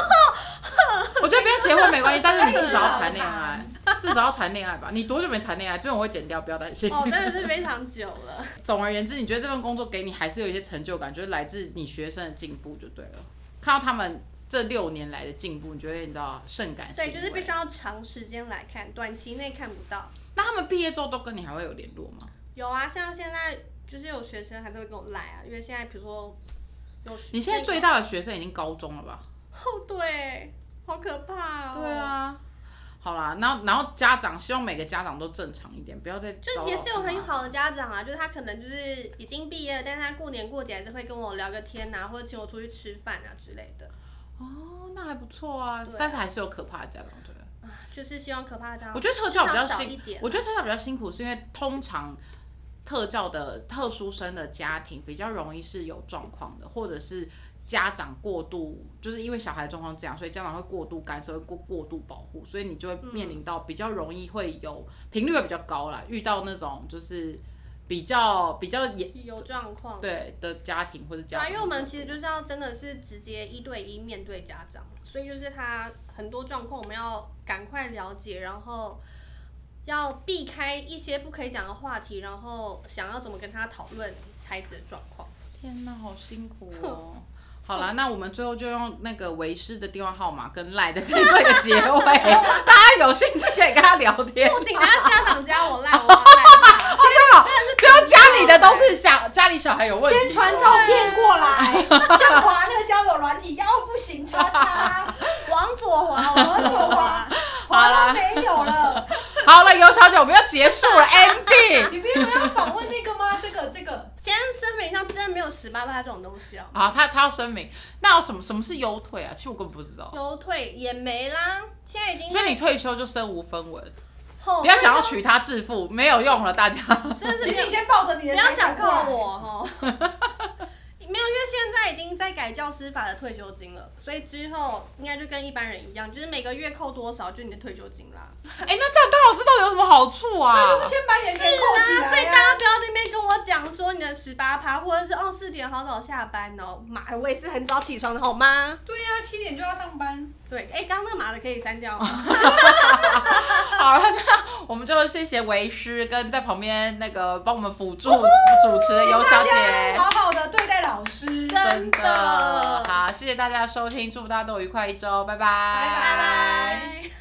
Speaker 1: 我觉得不要结婚没关系，但是你至少要谈恋 爱，至少要谈恋爱吧。你多久没谈恋爱？这种我会剪掉，不要担心。
Speaker 2: 哦，真的是非常久了。
Speaker 1: 总而言之，你觉得这份工作给你还是有一些成就感，就是来自你学生的进步就对了。看到他们这六年来的进步，你觉得你知道甚感欣
Speaker 2: 对，
Speaker 1: 慰。
Speaker 2: 就是必须要长时间来看，短期内看不到。
Speaker 1: 那他们毕业之后都跟你还会有联络吗？
Speaker 2: 有啊，像现在就是有学生还是会跟我赖啊，因为现在比如说有学
Speaker 1: 你现在最大的学生已经高中了吧？
Speaker 2: 哦，对，好可怕哦。
Speaker 1: 对，啊。好啦，然后然后家长希望每个家长都正常一点，不要再
Speaker 2: 就是也是有很好的家长啊，就是他可能就是已经毕业了，但是他过年过节还是会跟我聊个天啊，或者请我出去吃饭啊之类的
Speaker 1: 哦，那还不错啊，
Speaker 2: 对啊
Speaker 1: 但是还是有可怕的家长对。
Speaker 2: 啊，就是希望可怕的家长
Speaker 1: 我觉得特教比较
Speaker 2: 至少少
Speaker 1: 辛
Speaker 2: 一点，啊
Speaker 1: 我觉得特教比较辛苦，是因为通常特教的特殊生的家庭比较容易是有状况的，或者是家长过度，就是因为小孩的状况这样，所以家长会过度干涉，会过过度保护，所以你就会面
Speaker 2: 嗯
Speaker 1: 临到比较容易会有频率会比较高啦，遇到那种就是比较比较严
Speaker 2: 有状况。
Speaker 1: 对的家庭或者
Speaker 2: 对
Speaker 1: 家
Speaker 2: 啊，
Speaker 1: 庭，
Speaker 2: 因为我们其实就是要真的是直接一对一面对家长，所以就是他很多状况我们要赶快了解，然后要避开一些不可以讲的话题，然后想要怎么跟他讨论孩子的状况。
Speaker 1: 天哪，好辛苦 哦。好啦，那我们最后就用那个维师的电话号码跟赖的这做一个结 尾，大家有兴趣可以跟他聊天。
Speaker 2: 不行，等下家长加我赖，我要赖他。
Speaker 1: 就家里的都是小家里小孩有问题，
Speaker 3: 先传照片过来，
Speaker 1: 哎
Speaker 3: 像滑那个交友软体一样，哦不行，叉 叉，
Speaker 2: 往左滑，
Speaker 3: 我
Speaker 2: 往
Speaker 3: 左
Speaker 2: 左
Speaker 3: 滑
Speaker 2: 滑。，
Speaker 1: 好
Speaker 3: 滑
Speaker 1: 啦
Speaker 3: 都没有了。
Speaker 1: 好了，尤小姐，我们要结束 了，ending。
Speaker 3: 你不是要访问那个吗？这个 这个，
Speaker 2: 先声明一下，真的没有十八趴这种东西哦。
Speaker 1: 好，他他要声明，那有什么什么是优退啊？其实我根本不知道。
Speaker 2: 优退也没啦，现在已经
Speaker 1: 所以你退休就身无分文，
Speaker 2: 后
Speaker 3: 哦
Speaker 1: 不要想要娶她致富，没有用了，大家。
Speaker 2: 真的是
Speaker 3: 请
Speaker 2: 没有
Speaker 3: 你先抱着你的
Speaker 2: 不要
Speaker 3: 财
Speaker 2: 想
Speaker 3: 产
Speaker 2: 告
Speaker 3: 过来。
Speaker 2: 我哦。 没有，因为现在已经在改教师法的退休金了，所以之后应该就跟一般人一样，就是每个月扣多少就是你的退休金啦。
Speaker 1: 哎、那这样当老师到底有什么好处啊？
Speaker 3: 那就是先把你的钱扣起来、啊。
Speaker 2: 所以大家不要在那边跟我讲说你的十八趴，或者是哦四点好早下班哦，妈的我也是很早起床的好吗？
Speaker 3: 对呀、七点就要上班。
Speaker 2: 对，哎，刚刚那个马的可以删掉 吗？
Speaker 1: 好了，那我们就谢谢为师跟在旁边那个帮我们辅助主持的尤小姐。
Speaker 3: 大家好好的对待老师。
Speaker 1: 真
Speaker 2: 真
Speaker 1: 的
Speaker 2: 的
Speaker 1: 好，谢谢大家的收听，祝福大家都有愉快一周，拜拜，
Speaker 3: 拜
Speaker 2: 拜拜。